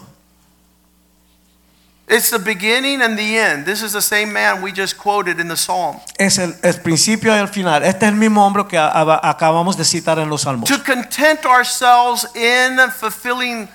It's the beginning and the end. This is the same man we just quoted in the psalm. Es el, el principio y el final. Este es el mismo hombre que a- a- acabamos de citar en los salmos. To content ourselves in fulfilling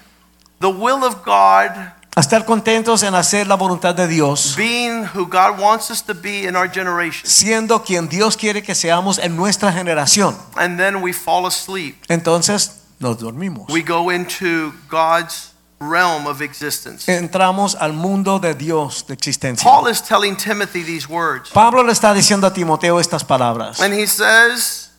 the will of God, A estar contentos en hacer la voluntad de Dios, being who God wants us to be in our generation. siendo quien Dios quiere que seamos en nuestra generación. And then we fall asleep. Entonces nos dormimos. We go into God's realm of existence. Entramos al mundo de Dios de existencia. Paul is telling Timothy these words. Pablo le está diciendo a Timoteo estas palabras. And he says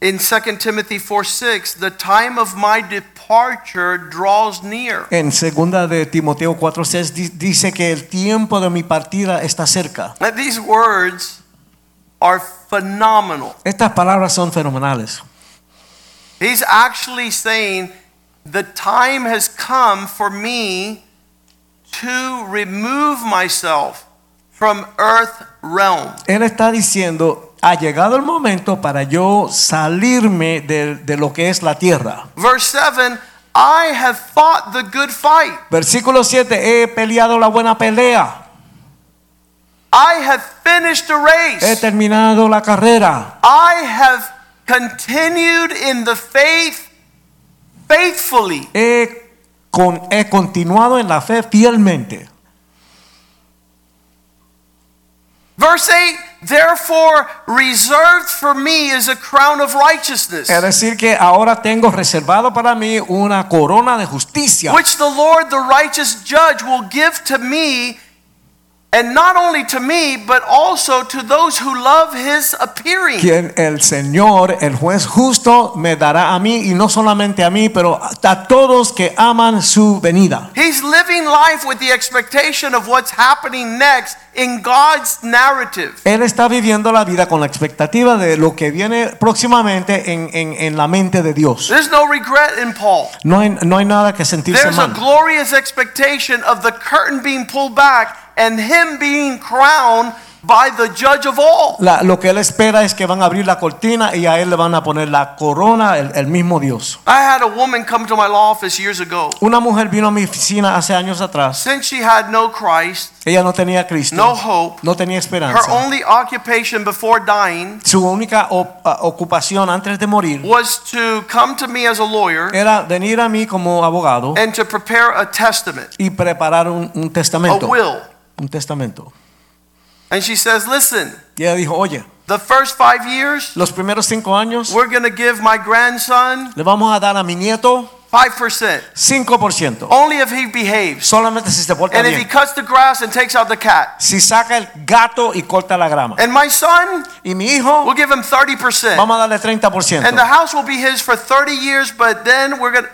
in 2 Timothy 4 6, the time of my departure draws near. En segunda de Timoteo 4:6 di- dice que el tiempo de mi partida está cerca. Now, these words are phenomenal. Estas palabras son fenomenales. He's actually saying, the time has come for me to remove myself from earth realm. Él está diciendo, ha llegado el momento para yo salirme de, de lo que es la tierra. Verse 7 I have fought the good fight. Versículo 7, he peleado la buena pelea, I have finished the he race. terminado la carrera, I have continued in the faith faithfully. he, con, he continuado en la fe fielmente. Verse 8 Therefore, reserved for me is a crown of righteousness, Es decir, que ahora tengo reservado para mí una corona de justicia. which the Lord, the righteous judge, will give to me. And not only to me, but also to those who love his appearing. quien el Señor, el juez justo, me dará a mí, y no solamente a mí, pero a todos que aman su venida. He's living life with the expectation of what's happening next in God's narrative. Él está viviendo la vida con la expectativa de lo que viene próximamente en, en- en la mente de Dios. There's no regret in Paul. No hay, no hay nada que sentirse There's a mal. glorious expectation of the curtain being pulled back and him being crowned by the judge of all. La- lo que él espera es que van a abrir la cortina y a él le van a poner la corona, el, el mismo Dios. I had a woman come to my law office years ago. Una mujer vino a mi oficina hace años atrás. Since she had no Christ, Ella no tenía a Cristo, no hope, no tenía her esperanza. only occupation before dying Su única op- ocupación antes de morir was to come to me as a lawyer era venir a mí como abogado and to prepare a testament, y preparar un, un a testamento. will. Un testamento. And she says, Listen, Y ella dijo, oye, The first five years, los primeros cinco años we're going to give my grandson le vamos a dar a mi nieto 5%, 5%. only if he behaves. Solamente si se porta And if he bien. cuts the grass and takes out the cat. Si saca el gato y corta la grama. And my son, Y mi hijo, we'll give him 30%. vamos a darle And the 30%. house will be his for 30 years, but then we're going to.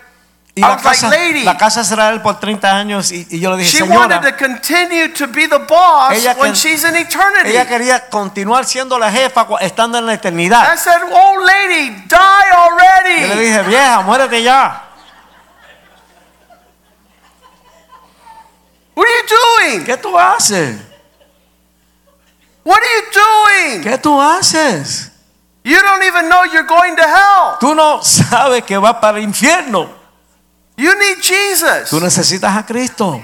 I Y la was like, casa, "Lady." la casa será él por 30 años. Y, y yo le dije, She wanted to señora, continue to be the boss Ella when quer- she's in ella eternity. quería continuar siendo la jefa cu- estando en la I eternidad. said, Oh, lady, Yo le die already. dije, vieja, muérete ya. What are you doing? ¿Qué tú haces? What are you doing? ¿Qué tú haces? You don't even know you're going to hell. Tú no sabes que va para el infierno. You need Jesus. Tú necesitas a Cristo.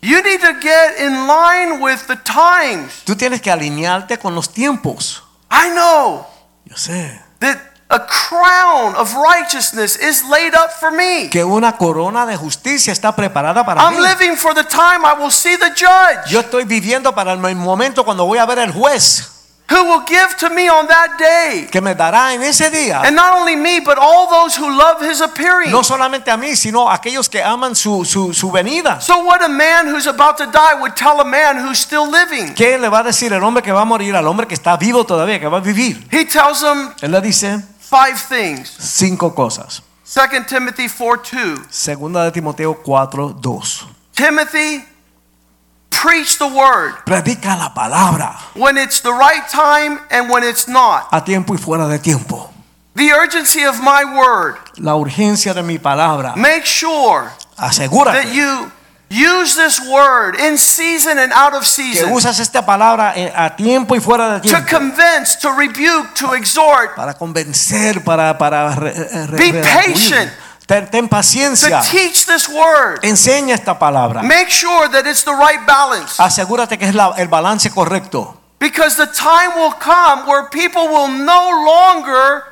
You need to get in line with the times. Tú tienes que alinearte con los tiempos. I know Yo sé that a crown of righteousness is laid up for me. que una corona de justicia está preparada para mí. I'm living for the time I will see the judge Yo estoy viviendo para el momento cuando voy a ver al juez who will give to me on that day. que me dará en ese día. And not only me, but all those who love his appearing. No solamente a mí, sino a aquellos que aman su, su, su venida. So, what a man who's about to die would tell a man who's still living. ¿Qué le va a decir el hombre que va a morir al hombre que está vivo todavía, que va a vivir? He tells him Él le dice five things. cinco cosas. 2 Timothy 4 2. Segunda de Timoteo 4, 2. Timothy, preach the word Predica la palabra when it's the right time and when it's not. a tiempo y fuera de tiempo. The urgency of my word. La urgencia de mi palabra. Make sure that Asegúrate you use this word in season and out of que season usas esta palabra eh, a tiempo y fuera de to tiempo. convince, to rebuke, to exhort, Para convencer, para, para re- eh, re- Be redarguir. patient. Ten, ten paciencia. to teach this word. Enseña esta palabra. Make sure that it's the right balance. Ah. Asegúrate que es la- el balance correcto. Because the time will come where people will no longer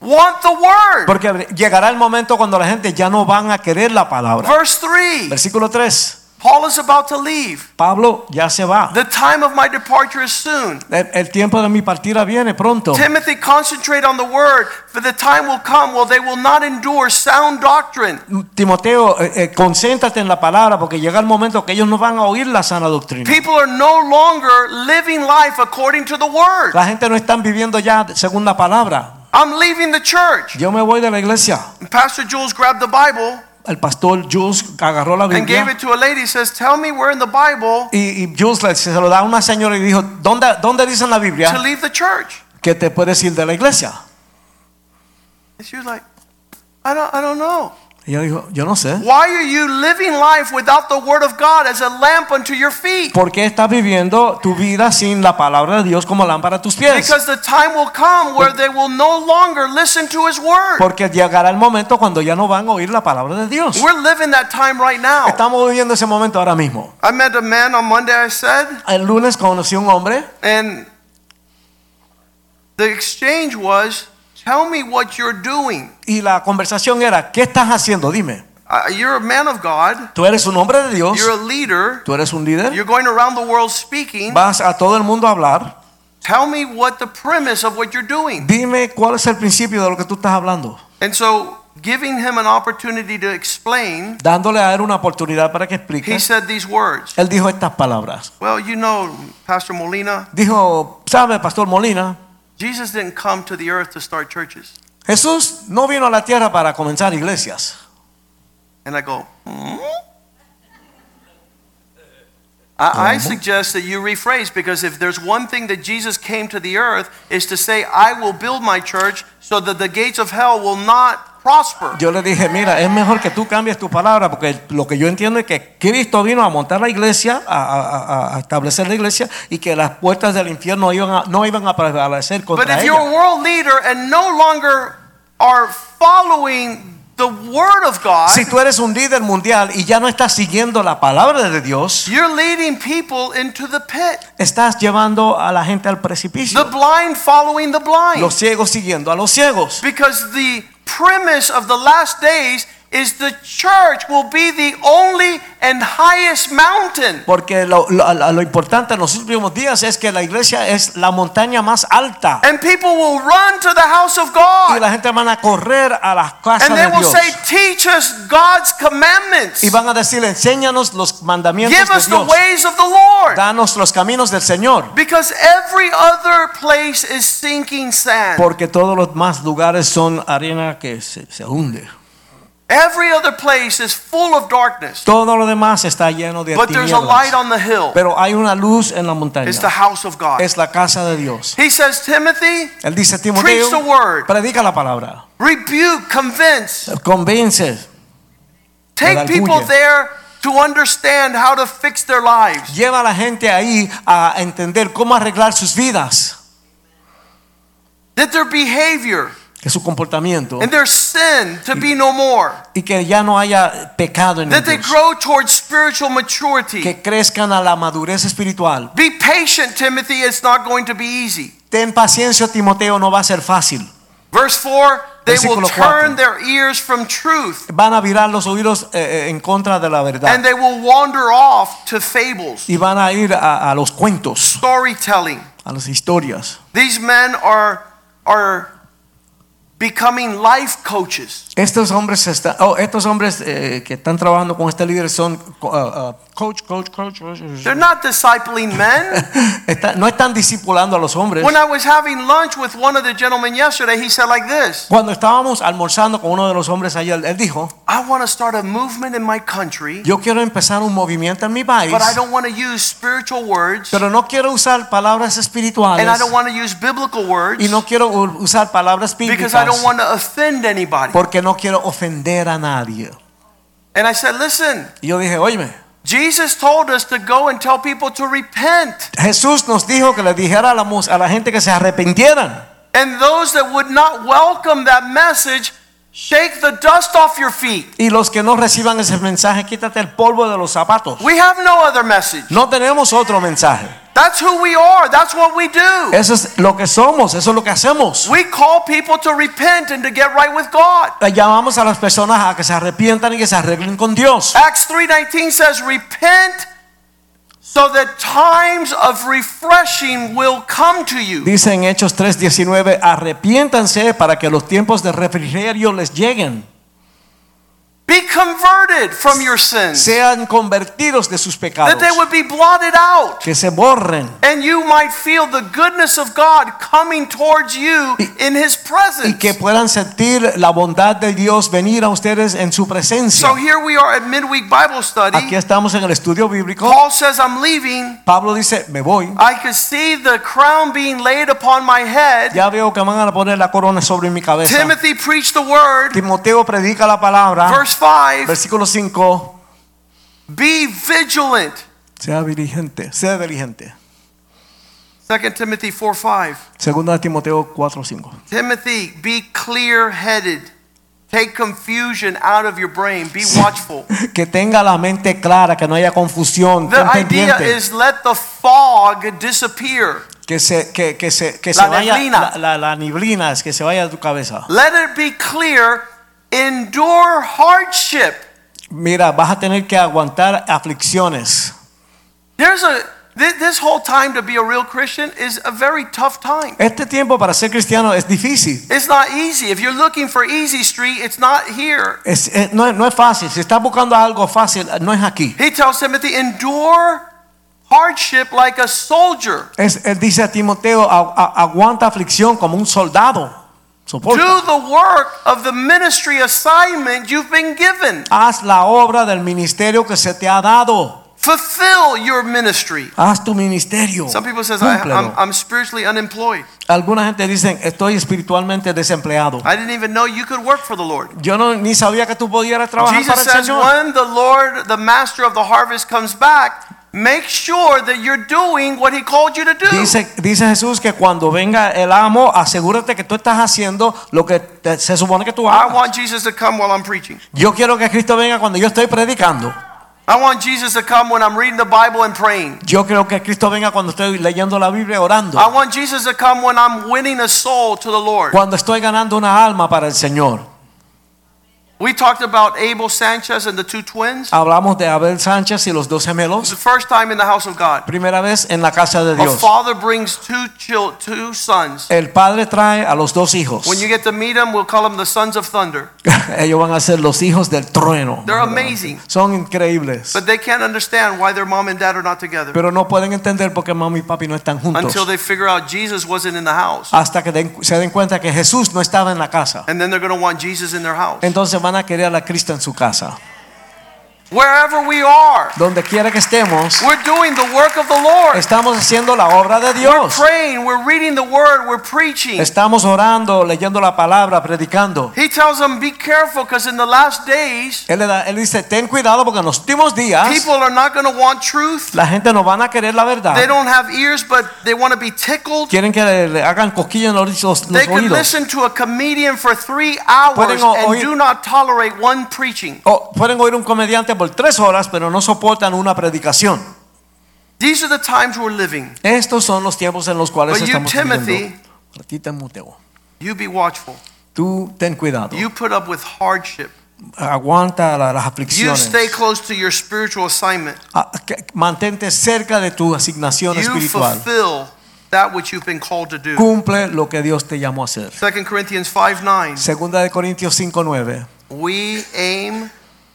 want the word. Porque llegará el momento cuando la gente ya no van a querer la palabra. Verse 3 Versículo 3. Paul is about to leave. Pablo ya se va. The time of my departure is soon. El, el tiempo de mi partida viene pronto. Timothy, concentrate on the word, for the time will come where they will not endure sound doctrine, Timoteo, eh, eh, concéntrate en la palabra porque llega el momento que ellos no van a oír la sana doctrina. People are no longer living life according to the word. La gente no está viviendo ya según la palabra. I'm leaving the church. Yo me voy de la iglesia. And Pastor Jules grabbed the Bible El pastor Jules agarró la and gave Biblia it to a lady. Says, "Tell me where in the Bible y, y Jules le- se lo da a una señora y dijo, ¿dónde, dónde dice en la to Biblia leave the church." que te puedes ir de la iglesia? And she was like, "I don't, I don't know. Y yo dijo, yo no sé. Why are you living life without the Word of God as a lamp unto your feet? ¿Por qué estás viviendo tu vida sin la palabra de Dios como lámpara a tus pies? Because the time will come where they will no longer listen to His Word. Porque llegará el momento cuando ya no van a oír la palabra de Dios. We're living that time right now. Estamos viviendo ese momento ahora mismo. I met a man on Monday. I said, El lunes conocí a un hombre and the exchange was, "Tell me what you're doing. y la conversación era, ¿qué estás haciendo? Dime. Uh, you're a man of God. Tú eres un hombre de Dios, You're a leader." tú eres un líder, You're going around the world speaking. vas a todo el mundo a hablar. Tell me what the premise of what you're doing. Dime cuál es el principio de lo que tú estás hablando. And so, giving him an opportunity to explain, Dándole a él una oportunidad para que he explique. said these words. Él dijo estas palabras. Well, you know, Pastor Molina, Dijo, ¿sabe, Pastor Molina? Jesus didn't come to the earth to start churches. Jesús no vino a la tierra para comenzar iglesias. And I go, hmm? I, I Mhm. suggest that you rephrase because if there's one thing that Jesus came to the earth is to say, I will build my church so that the gates of hell will not prosper. Yo le dije, mira, es mejor que tú cambies tu palabra, porque lo que yo entiendo es que Cristo vino a montar la iglesia, a, a- a- a establecer la iglesia, y que las puertas del infierno iban a- no iban a prevalecer But contra if you're ella. a world leader and no longer are following the word of God, Si tú eres un líder mundial y ya no estás siguiendo la palabra de Dios, you're leading people into the pit. estás llevando a la gente al The precipicio. blind following the blind. Los ciegos siguiendo a los ciegos. Because the premise of the last days is the church will be the only and highest mountain. Porque lo, lo- lo importante en los últimos días es que la iglesia es la montaña más alta. And people will run to the house of Y God. la gente van a correr a las casas And they de will Dios. say, Teach us God's commandments. Y van a decir, enséñanos los mandamientos Give us de the Dios. ways of the Lord. Danos los caminos del Señor. Because every other place is sinking sand. Porque todos los más lugares son arena que se, se hunde. Every other place is full of darkness. Todo lo demás está lleno de But there's a light tinieblas. on the hill. Pero hay una luz en la montaña. It's the house of God. Es la casa de Dios. He says, Timothy, Él dice, Preach the Timoteo, word, predica la palabra. rebuke, convince, Convence. take people Redarguye. there to understand how to fix their lives. Lleva a la gente ahí a entender cómo arreglar sus vidas. That their behavior que su comportamiento and their sin to be no more. y que ya no haya pecado en That they ellos, grow towards spiritual maturity. que crezcan a la madurez espiritual. Be patient, Timothy, it's not going to be easy. Ten paciencia, Timoteo, no va a ser fácil. Verse 4 they will Versículo cuatro. turn their ears from truth Van a virar los oídos eh, eh, en contra de la verdad and they will wander off to fables, y van a ir a, a los cuentos, storytelling. a las historias. These men are, are becoming life coaches. Estos hombres, están, oh, estos hombres eh, que están trabajando con este líder son co- ah, ah, coach, coach, coach. coach. They're not discipling men. Está- no están discipulando a los hombres. When I was having lunch with one of the gentlemen yesterday, he said like this Cuando estábamos almorzando con uno de los hombres ayer, él dijo, I want to start a movement in my country, yo quiero empezar un movimiento en mi país, but I don't want to use spiritual words, pero no quiero usar palabras espirituales and I don't want to use biblical words y no quiero u- usar palabras bíblicas because I don't want to offend anybody. porque no quiero ofender a nadie. And I said, Listen, Y yo dije, óyeme, Jesus told us to go and tell people to repent, Jesús nos dijo que le dijera a la, mus- a la gente que se arrepintieran and those that would not welcome that message, shake the dust off your feet. y los que no reciban ese mensaje, quítate el polvo de los zapatos. We have no other message. No tenemos otro mensaje. That's who we are, that's what we do. Eso es lo que somos, eso es lo que hacemos. We call people to repent and to get right with God. Eh, llamamos a las personas a que se arrepientan y que se arreglen con Dios. Acts 3:19 says repent so that times of refreshing will come to you. Dice en Hechos 3:19, arrepiéntanse para que los tiempos de refrigerio les lleguen. Be converted from your sins Sean convertidos de sus pecados, that they would be blotted out que se borren and you might feel the goodness of God coming towards you in his y que presence. puedan sentir la bondad de Dios venir a ustedes en su presencia. So here we are at midweek Bible Aquí study. estamos en el estudio bíblico. Paul says I'm leaving. Pablo dice, me voy. I could see the crown being laid upon my head. Ya veo que van a poner la corona sobre mi cabeza. Timothy preached the word. Timoteo predica la palabra. Verse 5. Versículo 5. Be vigilant. Sea diligente, sea diligente. 2 Timothy 4 5. Segunda de Timoteo 4:5. Timothy, be clear headed. Take confusion out of your brain. Be watchful. Que tenga la mente clara, que no haya confusión, The ten idea pendiente, is let the fog disappear. que se que, que se que La se vaya neblina. La, la- la neblina, es que se vaya de tu cabeza. Let it be clear. Endure hardship. Mira, vas a tener que aguantar aflicciones. There's a thi- this whole time to be a real Christian is a very tough time. Este tiempo para ser cristiano es difícil. It's not easy. If you're looking for easy street, it's not here. Es- es- no, es- no es fácil. Si estás buscando algo fácil, no es aquí. He tells Timothy, endure hardship like a soldier. Es- él dice a Timoteo, "A- a- aguanta aflicción como un soldado. Soporta. Do the work of the ministry assignment you've been given. Haz la obra del ministerio que se te ha dado. Fulfill your ministry. Haz tu ministerio. Some people says I, Cúmplelo. I'm, I'm spiritually unemployed. Alguna gente dicen, estoy espiritualmente desempleado. I didn't even know you could work for the Lord. Yo no, ni sabía que tú podías trabajar Jesus para el says Señor. when the Lord, the master of the harvest comes back, make sure that you're doing what he called you to do. Dice, dice Jesús que cuando venga el amo, asegúrate que tú estás haciendo lo que te- se supone que tú I hagas. want Jesus to come while I'm preaching. Yo quiero que Cristo venga cuando yo estoy predicando. I want Jesus to come when I'm reading the Bible and praying. Yo quiero que Cristo venga cuando estoy leyendo la Biblia y orando. I want Jesus to come when I'm winning a soul to the Lord. Cuando estoy ganando una alma para el Señor. We talked about Abel Sanchez and the two twins. Hablamos de Abel Sánchez y los dos It's gemelos. the first time in the house of God. Primera vez en la casa de A Dios. father brings two chil- two sons. El padre trae a los dos hijos. When you get to meet them, we'll call them the sons of thunder. Ellos van a ser los hijos del trueno. They're amazing. Son increíbles. But they can't understand why their mom and dad are not together Pero no pueden entender por qué mamá y papi no están juntos. Ah. until they figure out Jesus wasn't in the house. Hasta que den- se den cuenta que Jesús no estaba en la casa. And then they're going to want Jesus in their house. Entonces van a querer a Cristo en su casa. Wherever we are, Donde quiera que estemos, we're doing the work of the Lord. estamos haciendo la obra de We're Dios. praying, we're reading the word, we're preaching. Estamos orando, leyendo la palabra, predicando. He tells them, be careful because in the last days, Él, le da- él dice, ten cuidado porque en los últimos días people are not going to want truth. la gente no van a querer la They verdad. don't have ears, but they want to be tickled. Quieren que le, le hagan cosquillas en los, los- los They could oídos. listen to a comedian for three Pueden hours o- and oír- do not tolerate one preaching. O Oh, pueden oír un comediante por tres horas, pero no soportan una predicación. These are the times we're living. Estos son los tiempos en los cuales But you, estamos viviendo. Timothy- A ti, Timoteo, You be watchful. tú ten cuidado. You put up with hardship. Aguanta la- las You aflicciones. stay close to your spiritual assignment. Ah, que- Mantente cerca de tu asignación You espiritual. fulfill that which you've been called to do. Cumple lo que Dios te llamó a hacer. 2 Corinthians 5 9. Segunda de Corintios 5:9. We aim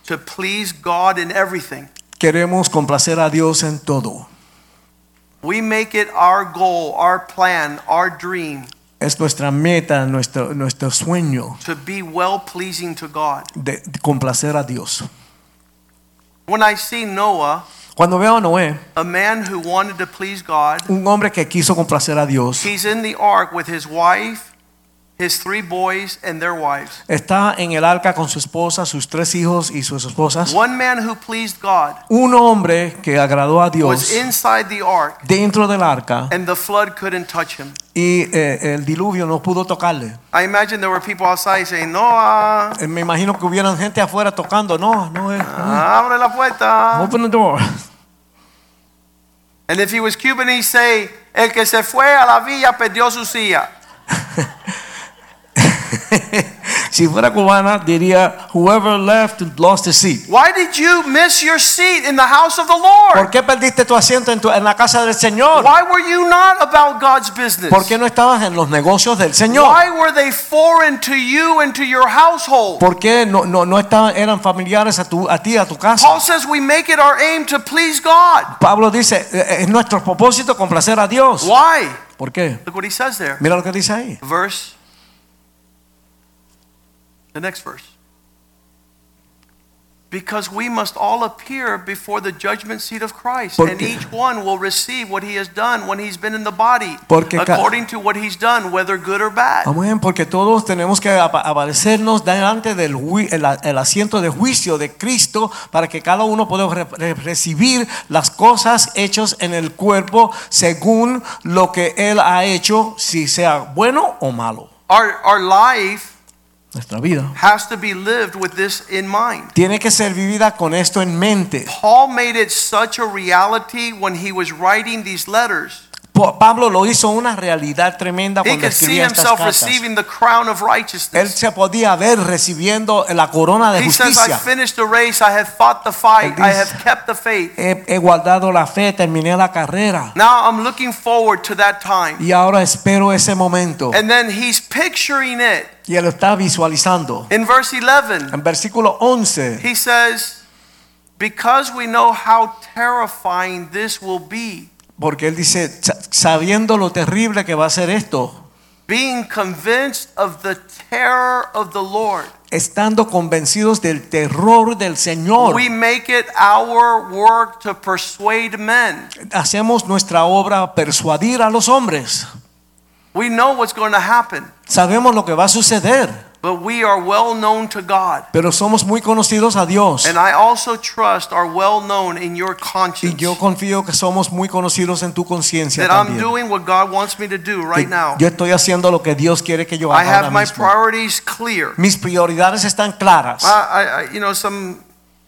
to please God in everything. Queremos complacer a Dios en todo. We make it our goal, our plan, our dream Es nuestra meta, nuestro, nuestro sueño to be well pleasing to God. de, de complacer a Dios. When I see Noah, Cuando veo a Noé, a man who wanted to please God, un hombre que quiso complacer a Dios, he's in the ark with his wife, his three boys, and their wives. está en el arca con su esposa, sus tres hijos y sus esposas. One man who pleased God Un hombre que agradó a Dios was inside the ark, dentro del arca and the flood couldn't touch him. y eh, el diluvio no pudo tocarle. I imagine there were people outside saying, Noah, Eh, Me imagino que hubieran gente afuera tocando. No, no es. abre la puerta. Open the door. And if he was Cuban, he'd say, El que se fue a la villa perdió su silla. si fuera cubana diría whoever left lost his seat. Why did you miss your seat in the house of the Lord? ¿Por qué perdiste tu asiento en, tu- en la casa del Señor? Why were you not about God's business? ¿Por qué no estabas en los negocios del Señor? Why were they foreign to you and to your household? ¿Por qué no, no, no estaban, eran familiares a, tu, a ti, a tu casa? Paul says we make it our aim to please God. Pablo dice, "Eh, es nuestro propósito complacer a Dios. Why? ¿Por qué? Look what he says there. Mira lo que dice ahí. Verse. The next verse. Because we must all appear before the judgment seat of Christ, and Porque- each one will receive what he has done when he's been in the body, Porque ca- Um, according to what he's done, whether good or bad. Amén, porque todos tenemos que apa- aparecernos delante del ju- el, a- el asiento de juicio de Cristo para que cada uno pueda re- re- recibir las cosas hechas en el cuerpo según lo que Él ha hecho, si sea bueno o malo. Our, our life Nuestra vida has to be lived with this in mind. tiene que ser vivida con esto en mente. Paul made it such a reality when he was writing these letters. Po- Pablo lo hizo una realidad tremenda He cuando could see escribía estas himself cartas. receiving the crown of Él righteousness. se podía ver recibiendo la corona de He says, I justicia. finished the race, I have fought the fight, Él I dice- have kept the faith. He- he guardado la fe, terminé la carrera. Now I'm looking forward to that time. Y ahora espero ese momento. And then he's picturing it. Y él lo está visualizando. In verse 11, En versículo 11, he says, Because we know how terrifying this will be, porque él dice, "Sa- sabiendo lo terrible que va a ser esto, being convinced of the terror of the Lord, estando convencidos del terror del Señor, we make it our work to persuade men. hacemos nuestra obra persuadir a los hombres. We know what's going to happen, Sabemos lo que va a suceder, but we are well known to God. pero somos muy conocidos a Dios. And I also trust are well known in your Y conscience yo confío que somos muy conocidos en tu conciencia that I'm también. doing what God wants me to do right Que now. Yo estoy haciendo lo que Dios quiere que yo I haga have ahora my mismo. priorities Ah. clear. Mis prioridades están claras. I, I, I, you know, some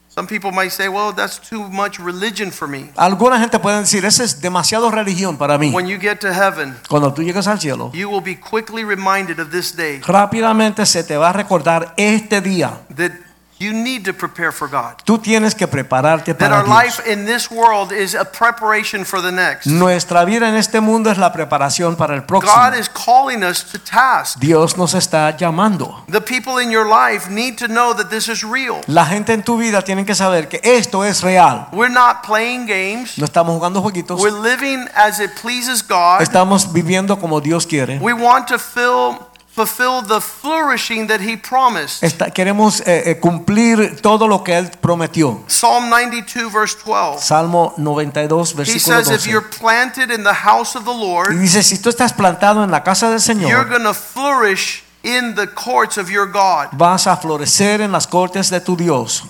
some people might say, "Well, that's too much religion for me." Alguna gente puede decir, esa es demasiado religión para mí. When you get to heaven, Cuando tú llegas al cielo, you will be quickly reminded of this day rápidamente se te va a recordar este día. that you need to prepare for God. Tú tienes que prepararte That para our Dios. life in this world is a preparation for the next. Nuestra vida en este mundo es la preparación para el próximo. God is calling us to task. Dios nos está llamando. The people in your life need to know that this is real. La gente en tu vida tiene que saber que esto es real. We're not playing games. No estamos jugando jueguitos. We're living as it pleases God. Estamos viviendo como Dios quiere. We want to fill, fulfill the flourishing that he promised. Está- queremos eh, eh, cumplir todo lo que Él prometió. Psalm 92, verse 12. Salmo 92, He versículo says, If 12. you're planted in the house of the Y Lord, dice, si tú estás plantado en la casa del you're Señor, going to flourish in the courts of your God. vas a florecer en las cortes de tu Dios.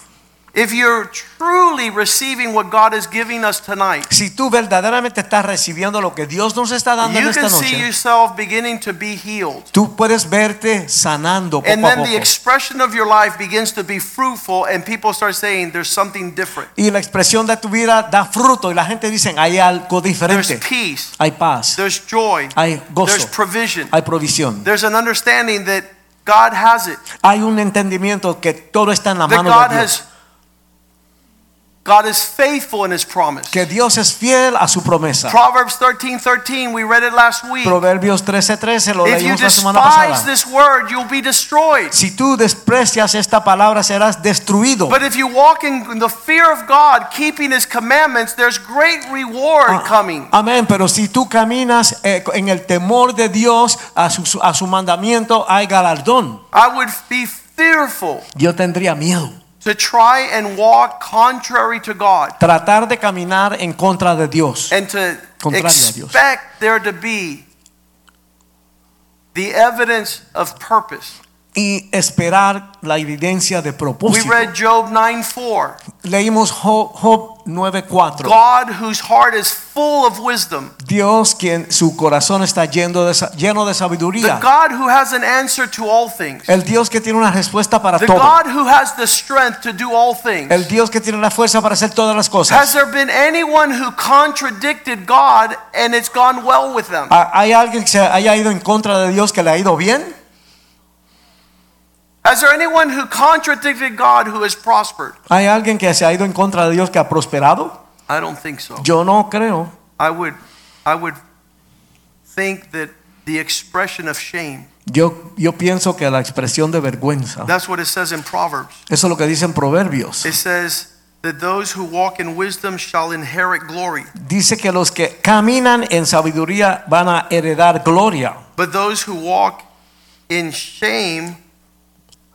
If you're truly receiving what God is giving us tonight, Si tú verdaderamente estás recibiendo lo que Dios nos está dando en you esta can see noche, yourself beginning to be healed. tú puedes verte sanando And poco a then poco. the expression of your life begins to be fruitful, and people start saying, There's something different. Y la expresión de tu vida da fruto y la gente dice, hay algo There's diferente. peace, Hay paz, there's joy, hay there's gozo, provision, hay provisión. there's an understanding that God has it, Hay un entendimiento que todo está en la that mano God de Dios. has. God is faithful in his promise. Que Dios es fiel a su promesa. Proverbs 13 13, we read it last week. Proverbios 13:13 lo If you leímos la semana despise pasada. this word, you'll be destroyed. Si tú desprecias esta palabra serás destruido. But if you walk in the fear of God, keeping his commandments, there's great reward Ah, coming. Amén, pero si tú caminas eh, en el temor de Dios, a su, a su mandamiento hay galardón. I would be fearful Yo tendría miedo. to try and walk contrary to God Tratar de caminar en contra de Dios. and to Contrario a Dios. expect there to be the evidence of purpose. y esperar la evidencia de We propósito. read Job 9 4. Leímos Job, Job 9:4. God, whose heart is full of wisdom, Dios quien su corazón está lleno de, sa- lleno de the sabiduría. God who has an answer to all things, El Dios que tiene una respuesta para the todo. God who has the strength to do all things. El Dios que tiene la fuerza para hacer todas las Has cosas. there been anyone who contradicted God and it's gone well with them? ¿Ha- Ah, ¿Hay alguien que se haya ido en contra de Dios que le ha ido bien? Has there anyone who contradicted God who has prospered? ¿Hay alguien que se ha ido en contra de Dios que ha prosperado? I don't think so. Yo no creo. I would I would think that the expression of shame. Yo, yo pienso que la expresión de vergüenza. That's what it says in Proverbs. Eso es lo que dicen proverbios. It says that those who walk in wisdom shall inherit glory, Dice que los que caminan en sabiduría van a heredar gloria. but those who walk in shame,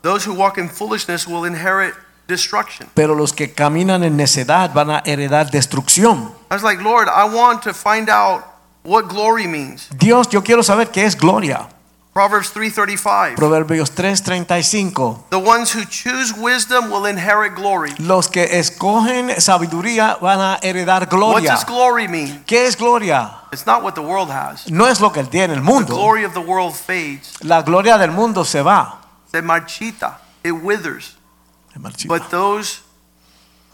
those who walk in foolishness will inherit destruction. Pero los que caminan en necedad van a heredar destrucción. I was like, Lord, I want to find out what glory means. Dios, yo quiero saber qué es gloria. Proverbs 3:35. Proverbios 3:35. The ones who choose wisdom will inherit glory. Los que escogen sabiduría van a heredar What gloria. does glory mean? ¿Qué es gloria? It's not what the world has. No es lo que tiene el The mundo. glory of the world fades. La gloria del mundo se va. Se marchita. It withers. Se marchita. But those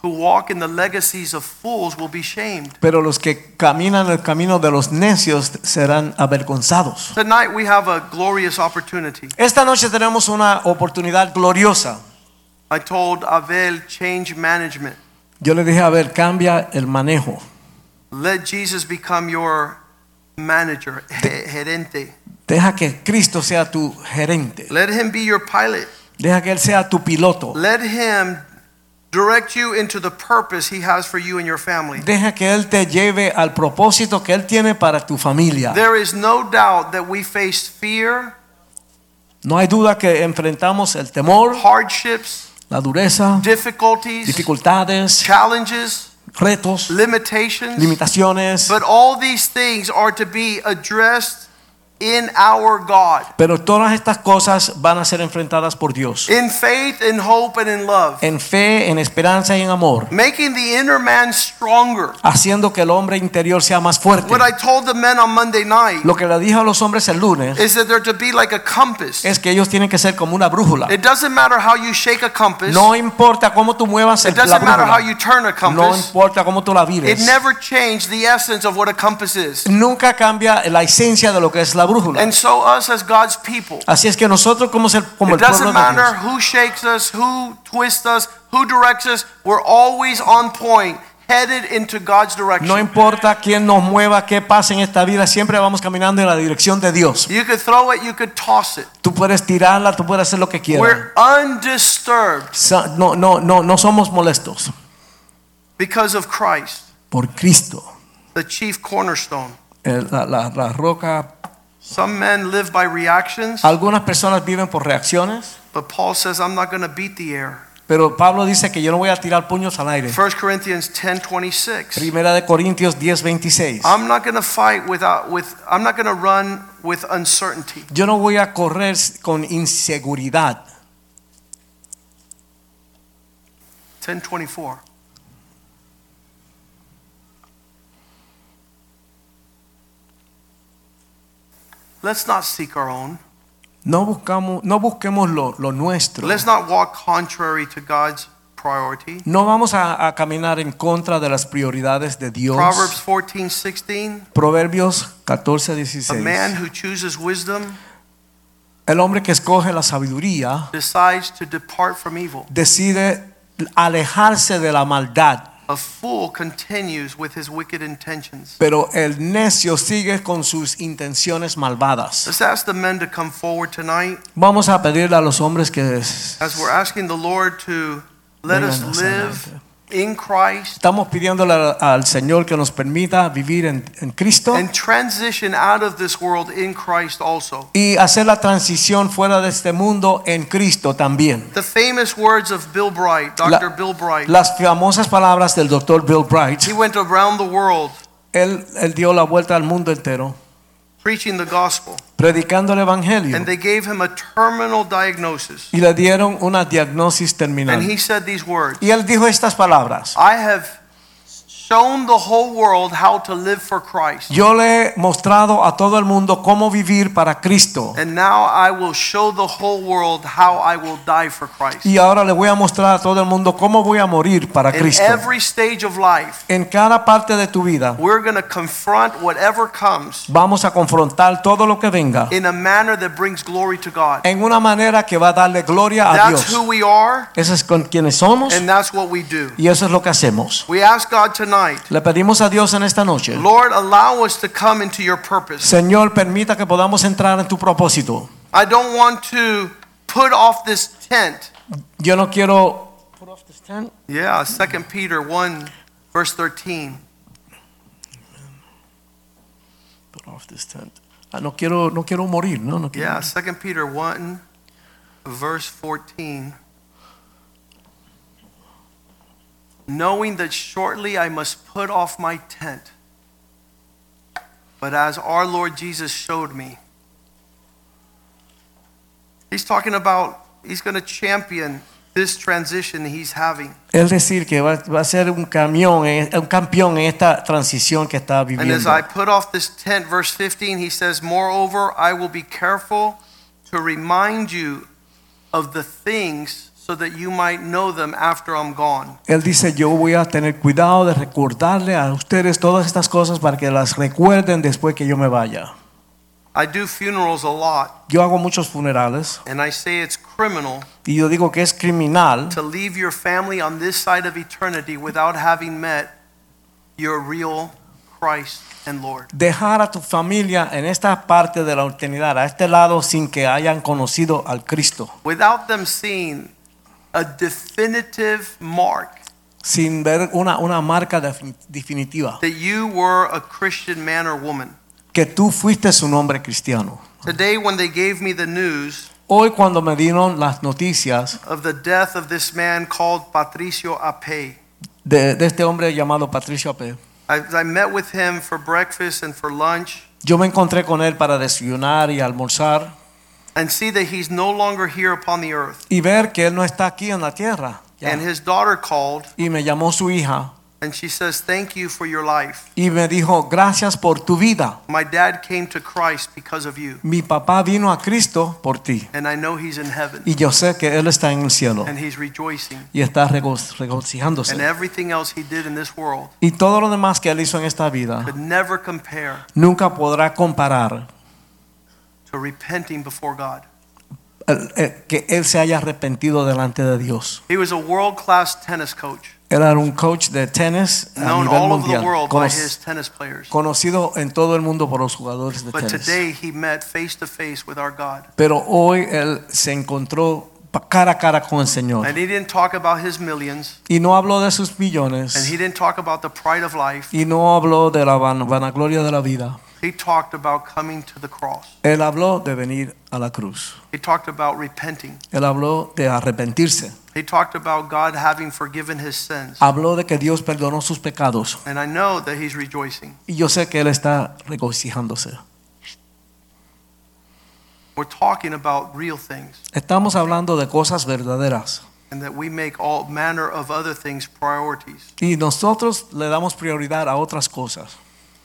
who walk in the legacies of fools will be shamed. Pero los que caminan el camino de los necios serán avergonzados. Tonight we have a glorious opportunity. Esta noche tenemos una oportunidad gloriosa. I told Abel, change management. Yo le dije, a ver, cambia el manejo. Let Jesus become your manager, gerente. Deja que Cristo sea tu gerente. Let him be your pilot. Deja que Él sea tu piloto. Let him direct you into the purpose he has for you and your family. Deja que Él te lleve al propósito que Él tiene para tu familia. There is no doubt that we face fear, No hay duda que enfrentamos el temor, hardships, la dureza, difficulties, dificultades, challenges, retos, limitations. limitaciones. But all these things are to be addressed in our God, Pero todas estas cosas van a ser enfrentadas por Dios. in faith, in hope, and in love, En fe, en esperanza y en amor. making the inner man stronger. Haciendo que el hombre interior sea más fuerte. What I told the men on Monday night Lo que le dije a los hombres el lunes is that they're to be like a compass. es que ellos tienen que ser como una brújula. It doesn't matter how you shake a compass. No importa cómo tú muevas el- It la doesn't matter how brújula. you turn a No compass. importa cómo tú la It vires. never changed the essence of what a compass is. Nunca cambia la esencia de lo que es la brújula. And so us as God's people, Así es que nosotros como ser como it el pueblo doesn't de Dios, matter who shakes us, who twists us, who directs us, we're always on point, headed into God's no direction. importa quién nos mueva, qué pasa en esta vida, siempre vamos caminando en la dirección de Dios. You could throw it, you could toss it. Tú puedes tirarla, tú puedes hacer lo que quieras. We're undisturbed Sa- No, no, no, no somos molestos because of Christ, por Cristo, Eh, the chief cornerstone. el- la, la- la roca Some men live by reactions, Algunas personas viven por reacciones, but Paul says, I'm not going to beat the air. pero Pablo dice que yo no voy a tirar puños al aire. 1 Corinthians 10 26. Primera de Corintios 10:26. I'm not going to fight without, with, I'm not going to run with uncertainty. Yo no voy a correr con inseguridad. 1024. Let's not seek our own. No buscamos, no busquemos lo, lo nuestro. Let's not walk contrary to God's priority. No vamos a, a caminar en contra de las prioridades de Dios. Proverbs 14, 16. Proverbios 14, A 16. man who chooses wisdom El hombre que escoge la sabiduría decides to depart from evil. decide alejarse de la maldad, A fool continues with his wicked intentions. pero el necio sigue con sus intenciones malvadas. Let's ask the men to come forward tonight Vamos a pedirle a los hombres que s- as we're asking the Lord to let Vengan us hacia live adelante. in Christ estamos pidiéndole al, al Señor que nos permita vivir en, en Cristo and transition out of this world in Christ also. y hacer la transición fuera de este mundo en Cristo también. The famous words of Bill Bright, La- Dr. Bill Bright. las famosas palabras del doctor Bill He Bright, went around the world él, él dio la vuelta al mundo entero preaching the gospel, predicando el Evangelio and they gave him a terminal diagnosis. y le dieron una diagnosis And terminal. he said these words Y él dijo estas palabras. I have shown the whole world how to live for Christ, Yo le he mostrado a todo el mundo cómo vivir para Cristo. and now I will show the whole world how I will die for Christ. Y ahora le voy a mostrar a todo el mundo cómo voy a morir para In Cristo. every stage of life, En cada parte de tu vida we're going to confront whatever comes vamos a confrontar todo lo que venga in a manner that brings glory to God. en una manera que va a darle gloria a That's who Dios. we are, Eso es con quienes somos and that's what we do. y eso es lo que hacemos. We ask God tonight, Le pedimos a Dios en esta noche. Lord, allow us to come into your purpose. Señor, permita que podamos entrar en tu propósito. I don't want to put off this tent. Yo no quiero... Yeah, 2 Peter 1, verse 13. Ah, No quiero, no quiero morir, ¿no? no quiero- Yeah, 2 Peter 1, verse 14. Knowing that shortly I must put off my tent. But as our Lord Jesus showed me, he's talking about, he's going to champion this transition he's having. Es decir, que va, va a ser un, camión, en- un campeón en esta transición que está And as viviendo. I put off this tent, verse 15, he says, Moreover, I will be careful to remind you of the things so that you might know them after I'm gone. Él dice, yo voy a tener cuidado de recordarle a ustedes todas estas cosas para que las recuerden después que yo me vaya. I do funerals a lot, Yo hago muchos funerales and I say it's criminal y yo digo que es criminal to leave your family on this side of eternity without having met your real Christ and Lord. dejar a tu familia en esta parte de la eternidad, a este lado, sin que hayan conocido al Cristo, Without them seeing a definitive mark sin ver una, una marca defin- definitiva, that you were a Christian man or woman. que tú fuiste su nombre cristiano. Today, when they gave me the news, Hoy cuando me dieron las noticias, of the death of this man called Patricio Ape. de, de este hombre llamado Patricio Ape. I, I met with him for breakfast and for lunch Yo me encontré con él para desayunar y almorzar and see that he's no longer here upon the earth. y ver que él no está aquí en la tierra. Ya. And his daughter called Y me llamó su hija and she says, Thank you for your life. y me dijo, gracias por tu vida. My dad came to Christ because of you, Mi papá vino a Cristo por ti and I know he's in heaven y yo sé que él está en el cielo and he's rejoicing. y está rego- And regocijándose. everything else he did in this world Y todo lo demás que él hizo en esta vida could never compare nunca podrá comparar to repenting before God. el- el- que él se haya arrepentido delante de Dios. He was a world class tennis coach, Él era un coach de tenis a known nivel all over the mundial, world by cono- his tennis players. conocido en todo el mundo por los jugadores de But tenis. today he met face to face with our God. Pero hoy él se encontró pa- cara a cara con el Señor. And he didn't talk about his millions, Y no habló de sus and millones. he didn't talk about the pride of life, Y no habló de la van- vanagloria de la vida. He talked about coming to the cross. Él habló de venir a la cruz. He talked about repenting. Él habló de arrepentirse. He talked about God having forgiven his sins. Habló de que Dios perdonó sus pecados. And I know that he's rejoicing. Y yo sé que Él está regocijándose. We're talking about real things Estamos hablando de cosas verdaderas. and that we make all manner of other things priorities. Y nosotros le damos prioridad a otras cosas.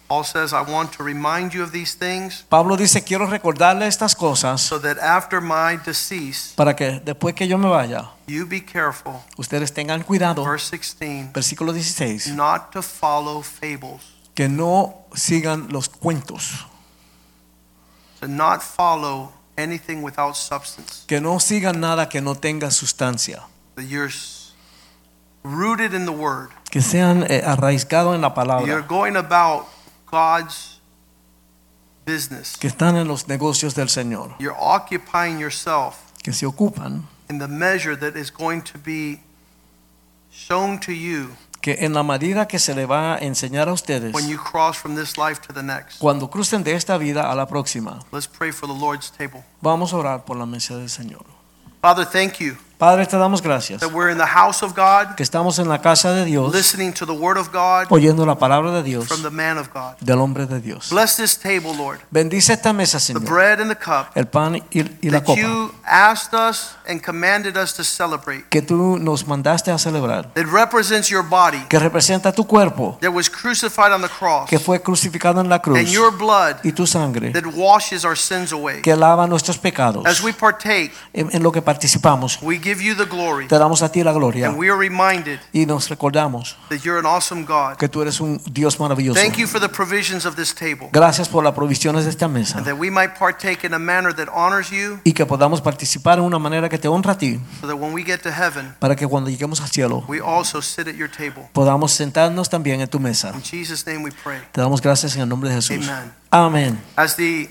Paul says, I want to remind you of these things Pablo dice, quiero recordarle estas cosas so that after my decease, para que después que yo me vaya, you be careful. ustedes tengan cuidado. Verse 16, Versículo 16. not to follow fables, Que no sigan los cuentos. to not follow anything without substance, Que no sigan nada que no tenga sustancia. that you're s- rooted in the word. Que sean eh, arraigados en la You're palabra. going about God's business. Que están en los negocios del Señor. You're occupying yourself Que se ocupan. in the measure that is going to be shown to you Que en la medida que se le va a enseñar a ustedes. when you cross from this life to the next. Cuando crucen de esta vida a la próxima. Let's pray for the Lord's table. Vamos a orar por la mesa del Señor. Father, thank you Padre, te damos gracias that we're in the house of God, que estamos en la casa de Dios, listening to the word of God oyendo la palabra de Dios, from the man of God. del hombre de Dios. Bless this table, Lord, Bendice esta mesa, the Señor, bread and the cup el pan y, y la that copa you asked us and commanded us to celebrate, que tú nos mandaste a celebrar, that represents your body que representa tu cuerpo that was crucified on the cross que fue crucificado en la cruz and your blood y tu sangre that washes our sins away. que lava nuestros pecados. As we partake, En, en lo que participamos, we give you the glory te damos a ti la gloria and we are reminded y nos recordamos that you're an awesome God. que tú eres un Dios maravilloso. Thank you for the provisions of this table Gracias por las provisiones de esta mesa and that we might partake in a manner that honors you y que podamos participar en una manera que te honra a ti. so that when we get to heaven, para que cuando lleguemos al cielo we also sit at your table. podamos sentarnos también en tu mesa. In Jesus' name we pray. Te damos gracias en el nombre de Jesús. Amen. Amén. As the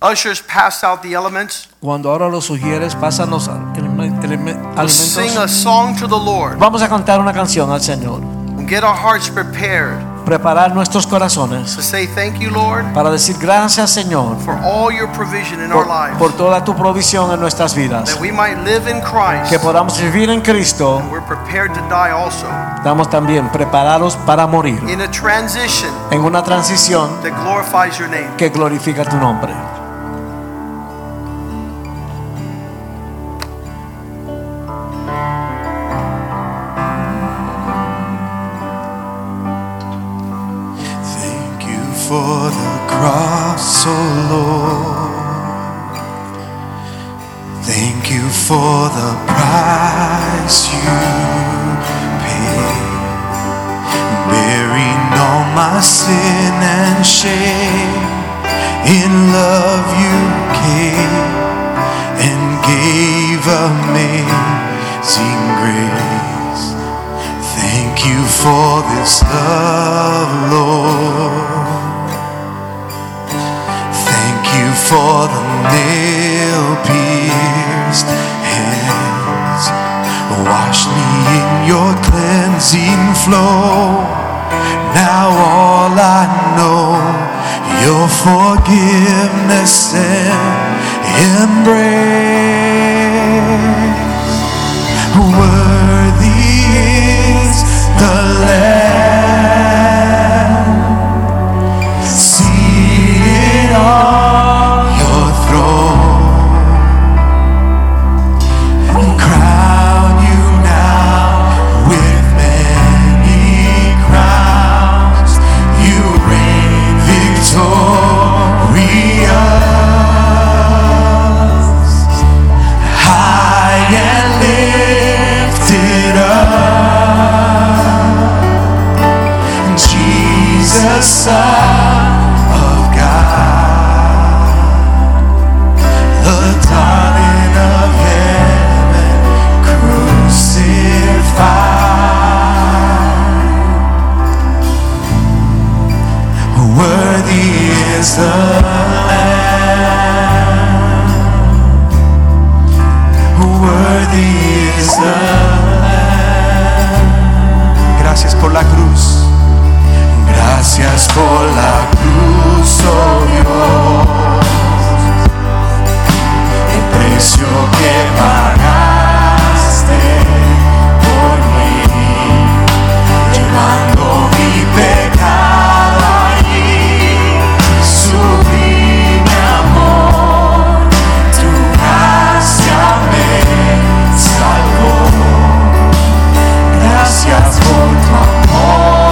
ushers pass out the elements, Cuando ahora los sugieres, pásanos al- eleme- eleme- we'll sing a alimentos. song to the Lord Vamos a cantar una canción al Señor. and get our hearts prepared Preparar nuestros corazones to say thank you, Lord, para decir gracias, Señor, for all your provision in our por, lives. por toda tu provisión en nuestras vidas. that we might live in Christ. Que podamos vivir en Cristo. We're prepared to die also Estamos también preparados para morir in a transition en una transición that glorifies your name. que glorifica tu nombre. Thank you for the cross, O Lord. Thank you for the price you paid, bearing all my sin and shame. In love you came and gave amazing grace. Thank you for this love, Lord. Thank you for the nail pierced hands. Wash me in your cleansing flow. Now all I know, your forgiveness and embrace. Worthy is the Lamb seated on your throne. Crown you now with many crowns. You reign victorious high and lifted up. oh oh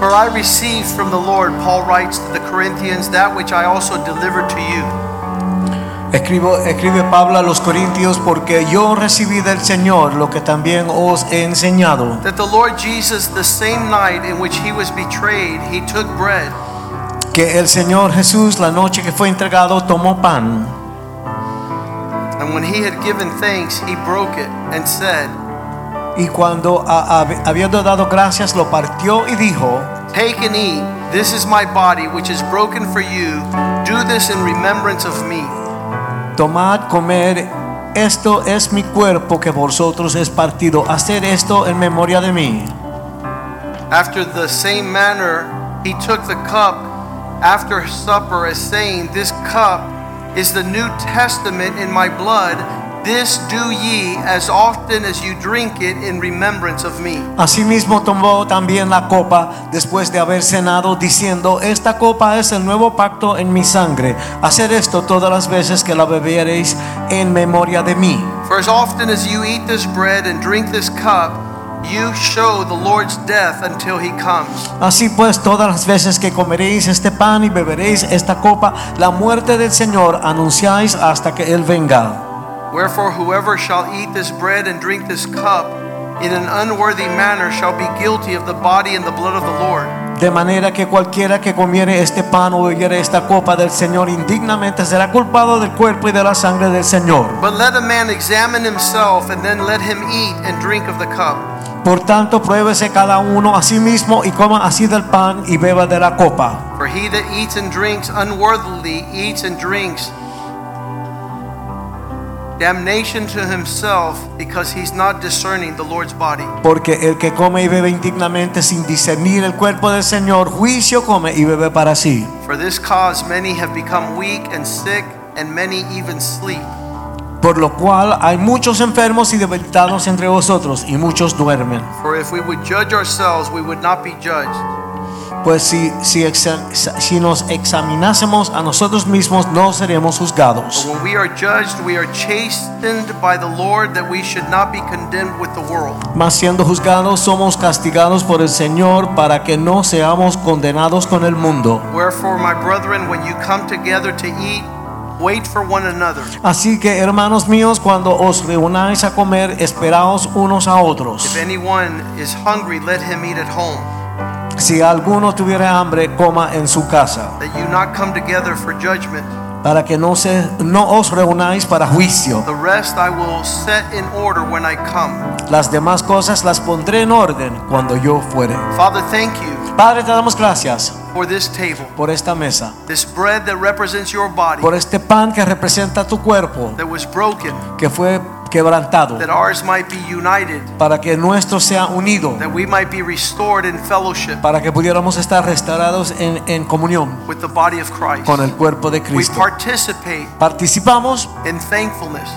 I received from the Lord, Paul writes to the Corinthians, that which I also delivered to you. Escribo- escribe Pablo a los Corintios porque yo recibí del Señor lo que también os he enseñado. That the Lord Jesus, the same night in which he was betrayed, he took bread, Que el Señor Jesús la noche que fue entregado tomó pan and when he had given thanks, he broke it and said, y cuando a- hab- habiendo dado gracias lo partió y dijo, Take and eat. This is my body, which is broken for you. Do this in remembrance of me. tomad, comer, esto es mi cuerpo que por vosotros es partido, hacer esto en memoria de mí. After the same manner, he took the cup after supper, as saying, This cup is the New Testament in my blood. This do ye as often as you drink it in remembrance of me. Asimismo tomó también la copa después de haber cenado diciendo, esta copa es el nuevo pacto en mi sangre. Hacer esto todas las veces que la bebiereis en memoria de mí. For as often as you eat this bread and drink this cup, you show the Lord's death until he comes. Así pues, todas las veces que comeréis este pan y beberéis esta copa, la muerte del Señor anunciáis hasta que Él venga. Wherefore, whoever shall eat this bread and drink this cup in an unworthy manner shall be guilty of the body and the blood of the Lord. De manera que cualquiera que comiere este pan o bebiere esta copa del Señor indignamente será culpado del cuerpo y de la sangre del Señor. But let a man examine himself, and then let him eat and drink of the cup. Por tanto, pruébese cada uno a sí mismo y coma así del pan y beba de la copa. For he that eats and drinks unworthily eats and drinks damnation to himself, because he's not discerning the Lord's body. Porque el que come y bebe indignamente sin discernir el cuerpo del Señor, juicio come y bebe para sí. For this cause many have become weak and sick, and many even sleep. Por lo cual hay muchos enfermos y debilitados entre vosotros y muchos duermen. For if we would judge ourselves, we would not be judged. Pues si, si, exa- si nos examinásemos a nosotros mismos no seremos But juzgados. when we are judged, we are chastened by the Lord that we should not be condemned with the world. Mas siendo juzgados somos castigados por el Señor para que no seamos condenados con el mundo. Wherefore, my brethren, when you come together to eat, wait for one another. Así que hermanos míos, cuando os reunáis a comer, esperaos unos a If otros. anyone is hungry, let him eat at home, Si alguno tuviera hambre, coma en su casa, that you not come together for judgment. para que no, se, no os reunáis para juicio. The rest I will set in order when I come. Las demás cosas las pondré en orden cuando yo fuere. Father, thank you Padre, te damos gracias for this table, por esta mesa, this bread that represents your body por este pan que representa tu cuerpo, that was broken, que fue quebrantado, that ours might be united, para que nuestro sea unido, that we might be restored in fellowship para que pudiéramos estar restaurados en, en comunión with the body of Christ. con el cuerpo de We Cristo. participate Participamos in thankfulness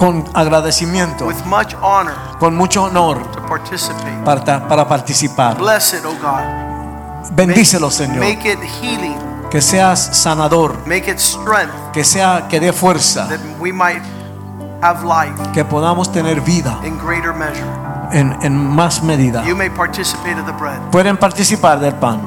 con agradecimiento, with much honor con mucho honor to participate. para, para participar. Bless it, O God. Make- Bendícelo, Señor. Make it healing, Que seas sanador, make it strength, que sea que dé fuerza, that we might have life que podamos tener vida in greater measure. en, en más medida. You may participate of the bread. Pueden participar del pan.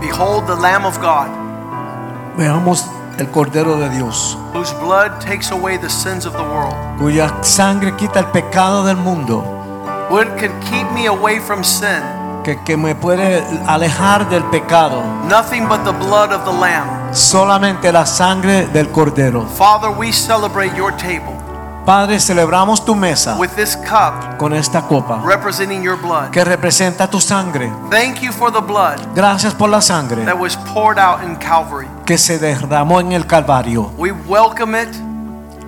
Behold the Lamb of God, Veamos el Cordero de Dios, whose blood takes away the sins of the world. cuya sangre quita el pecado del mundo, What can keep me away from sin? que, que me puede alejar del pecado. Nothing but the blood of the Lamb. Solamente la sangre del Cordero. Father, we celebrate your table Padre, celebramos tu mesa with this cup con esta copa representing your blood. que representa tu sangre. Thank you for the blood. Gracias por la sangre that was poured out in Calvary. que se derramó en el Calvario. We welcome it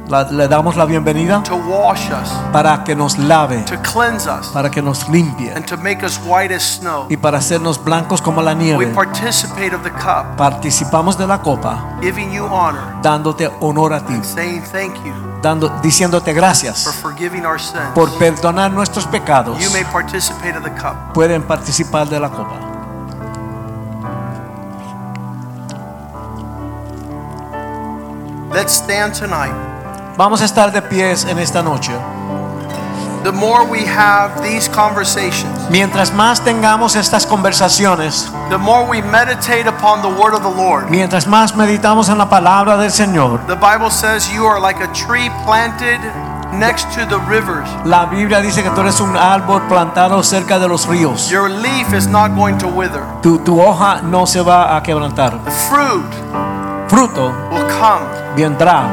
La- le damos la bienvenida to wash us, para que nos lave, to cleanse us, para que nos limpie and to make us white as snow. y para hacernos blancos como la We nieve. participate of the cup, Participamos de la copa giving you honor, dándote honor a ti, saying thank you dando, diciéndote for gracias forgiving our sins. por perdonar nuestros pecados. You may participate of the cup. Pueden participar de la copa. Let's stand tonight. Vamos a estar de pies en esta noche. The more we have these conversations, Mientras más tengamos estas conversaciones, the more we meditate upon the word of the Lord. mientras más meditamos en la palabra del Señor, The Bible says you are like a tree planted next to the rivers. la Biblia dice que tú eres un árbol plantado cerca de los ríos. Your leaf is not going to wither. Tu, tu hoja no se va a quebrantar. The fruit Fruto will come. vendrá.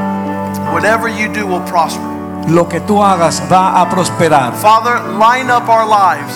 Whatever you do will prosper. Lo que tú hagas va a prosperar. Father, line up our lives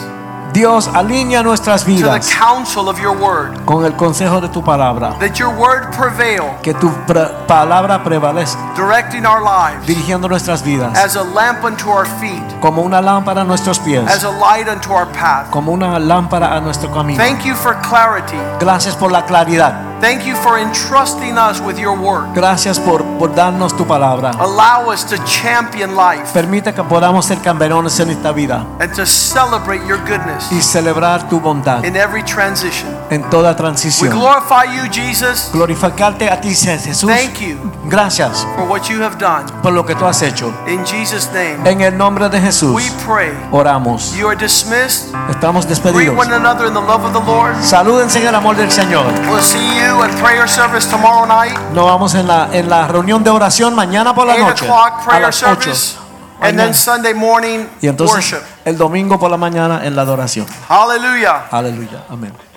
Dios alinea nuestras to the vidas counsel of your word, con el consejo de tu palabra. that your word prevail, Que tu pra- palabra prevalezca, directing our lives dirigiendo nuestras vidas as a lamp unto our feet, como una lámpara a nuestros as pies, a light unto our path. como una lámpara a nuestro camino. Thank you for clarity. Gracias por la claridad. Thank you for entrusting us with your word. Gracias por, por darnos tu palabra. Allow us to champion life Permite que podamos ser campeones en esta vida and to celebrate your goodness y celebrar tu bondad in every transition. en toda We transición. glorify you, Jesus. Glorificarte a ti, Je- Jesús. Thank you Gracias for what you have done. por lo que tú has hecho. In Jesus' name, En el nombre de Jesús, we pray. oramos. You are dismissed. Estamos Greet despedidos. one another in the love of the Lord. Salúdense en el amor del Señor. We'll see you at prayer service tomorrow night, Nos vamos en la, en la reunión de oración mañana por la 8 noche. o'clock A prayer las 8. service, and then Mañana. Sunday morning Y entonces worship. el domingo por la mañana en la adoración. Hallelujah. Aleluya. Amén.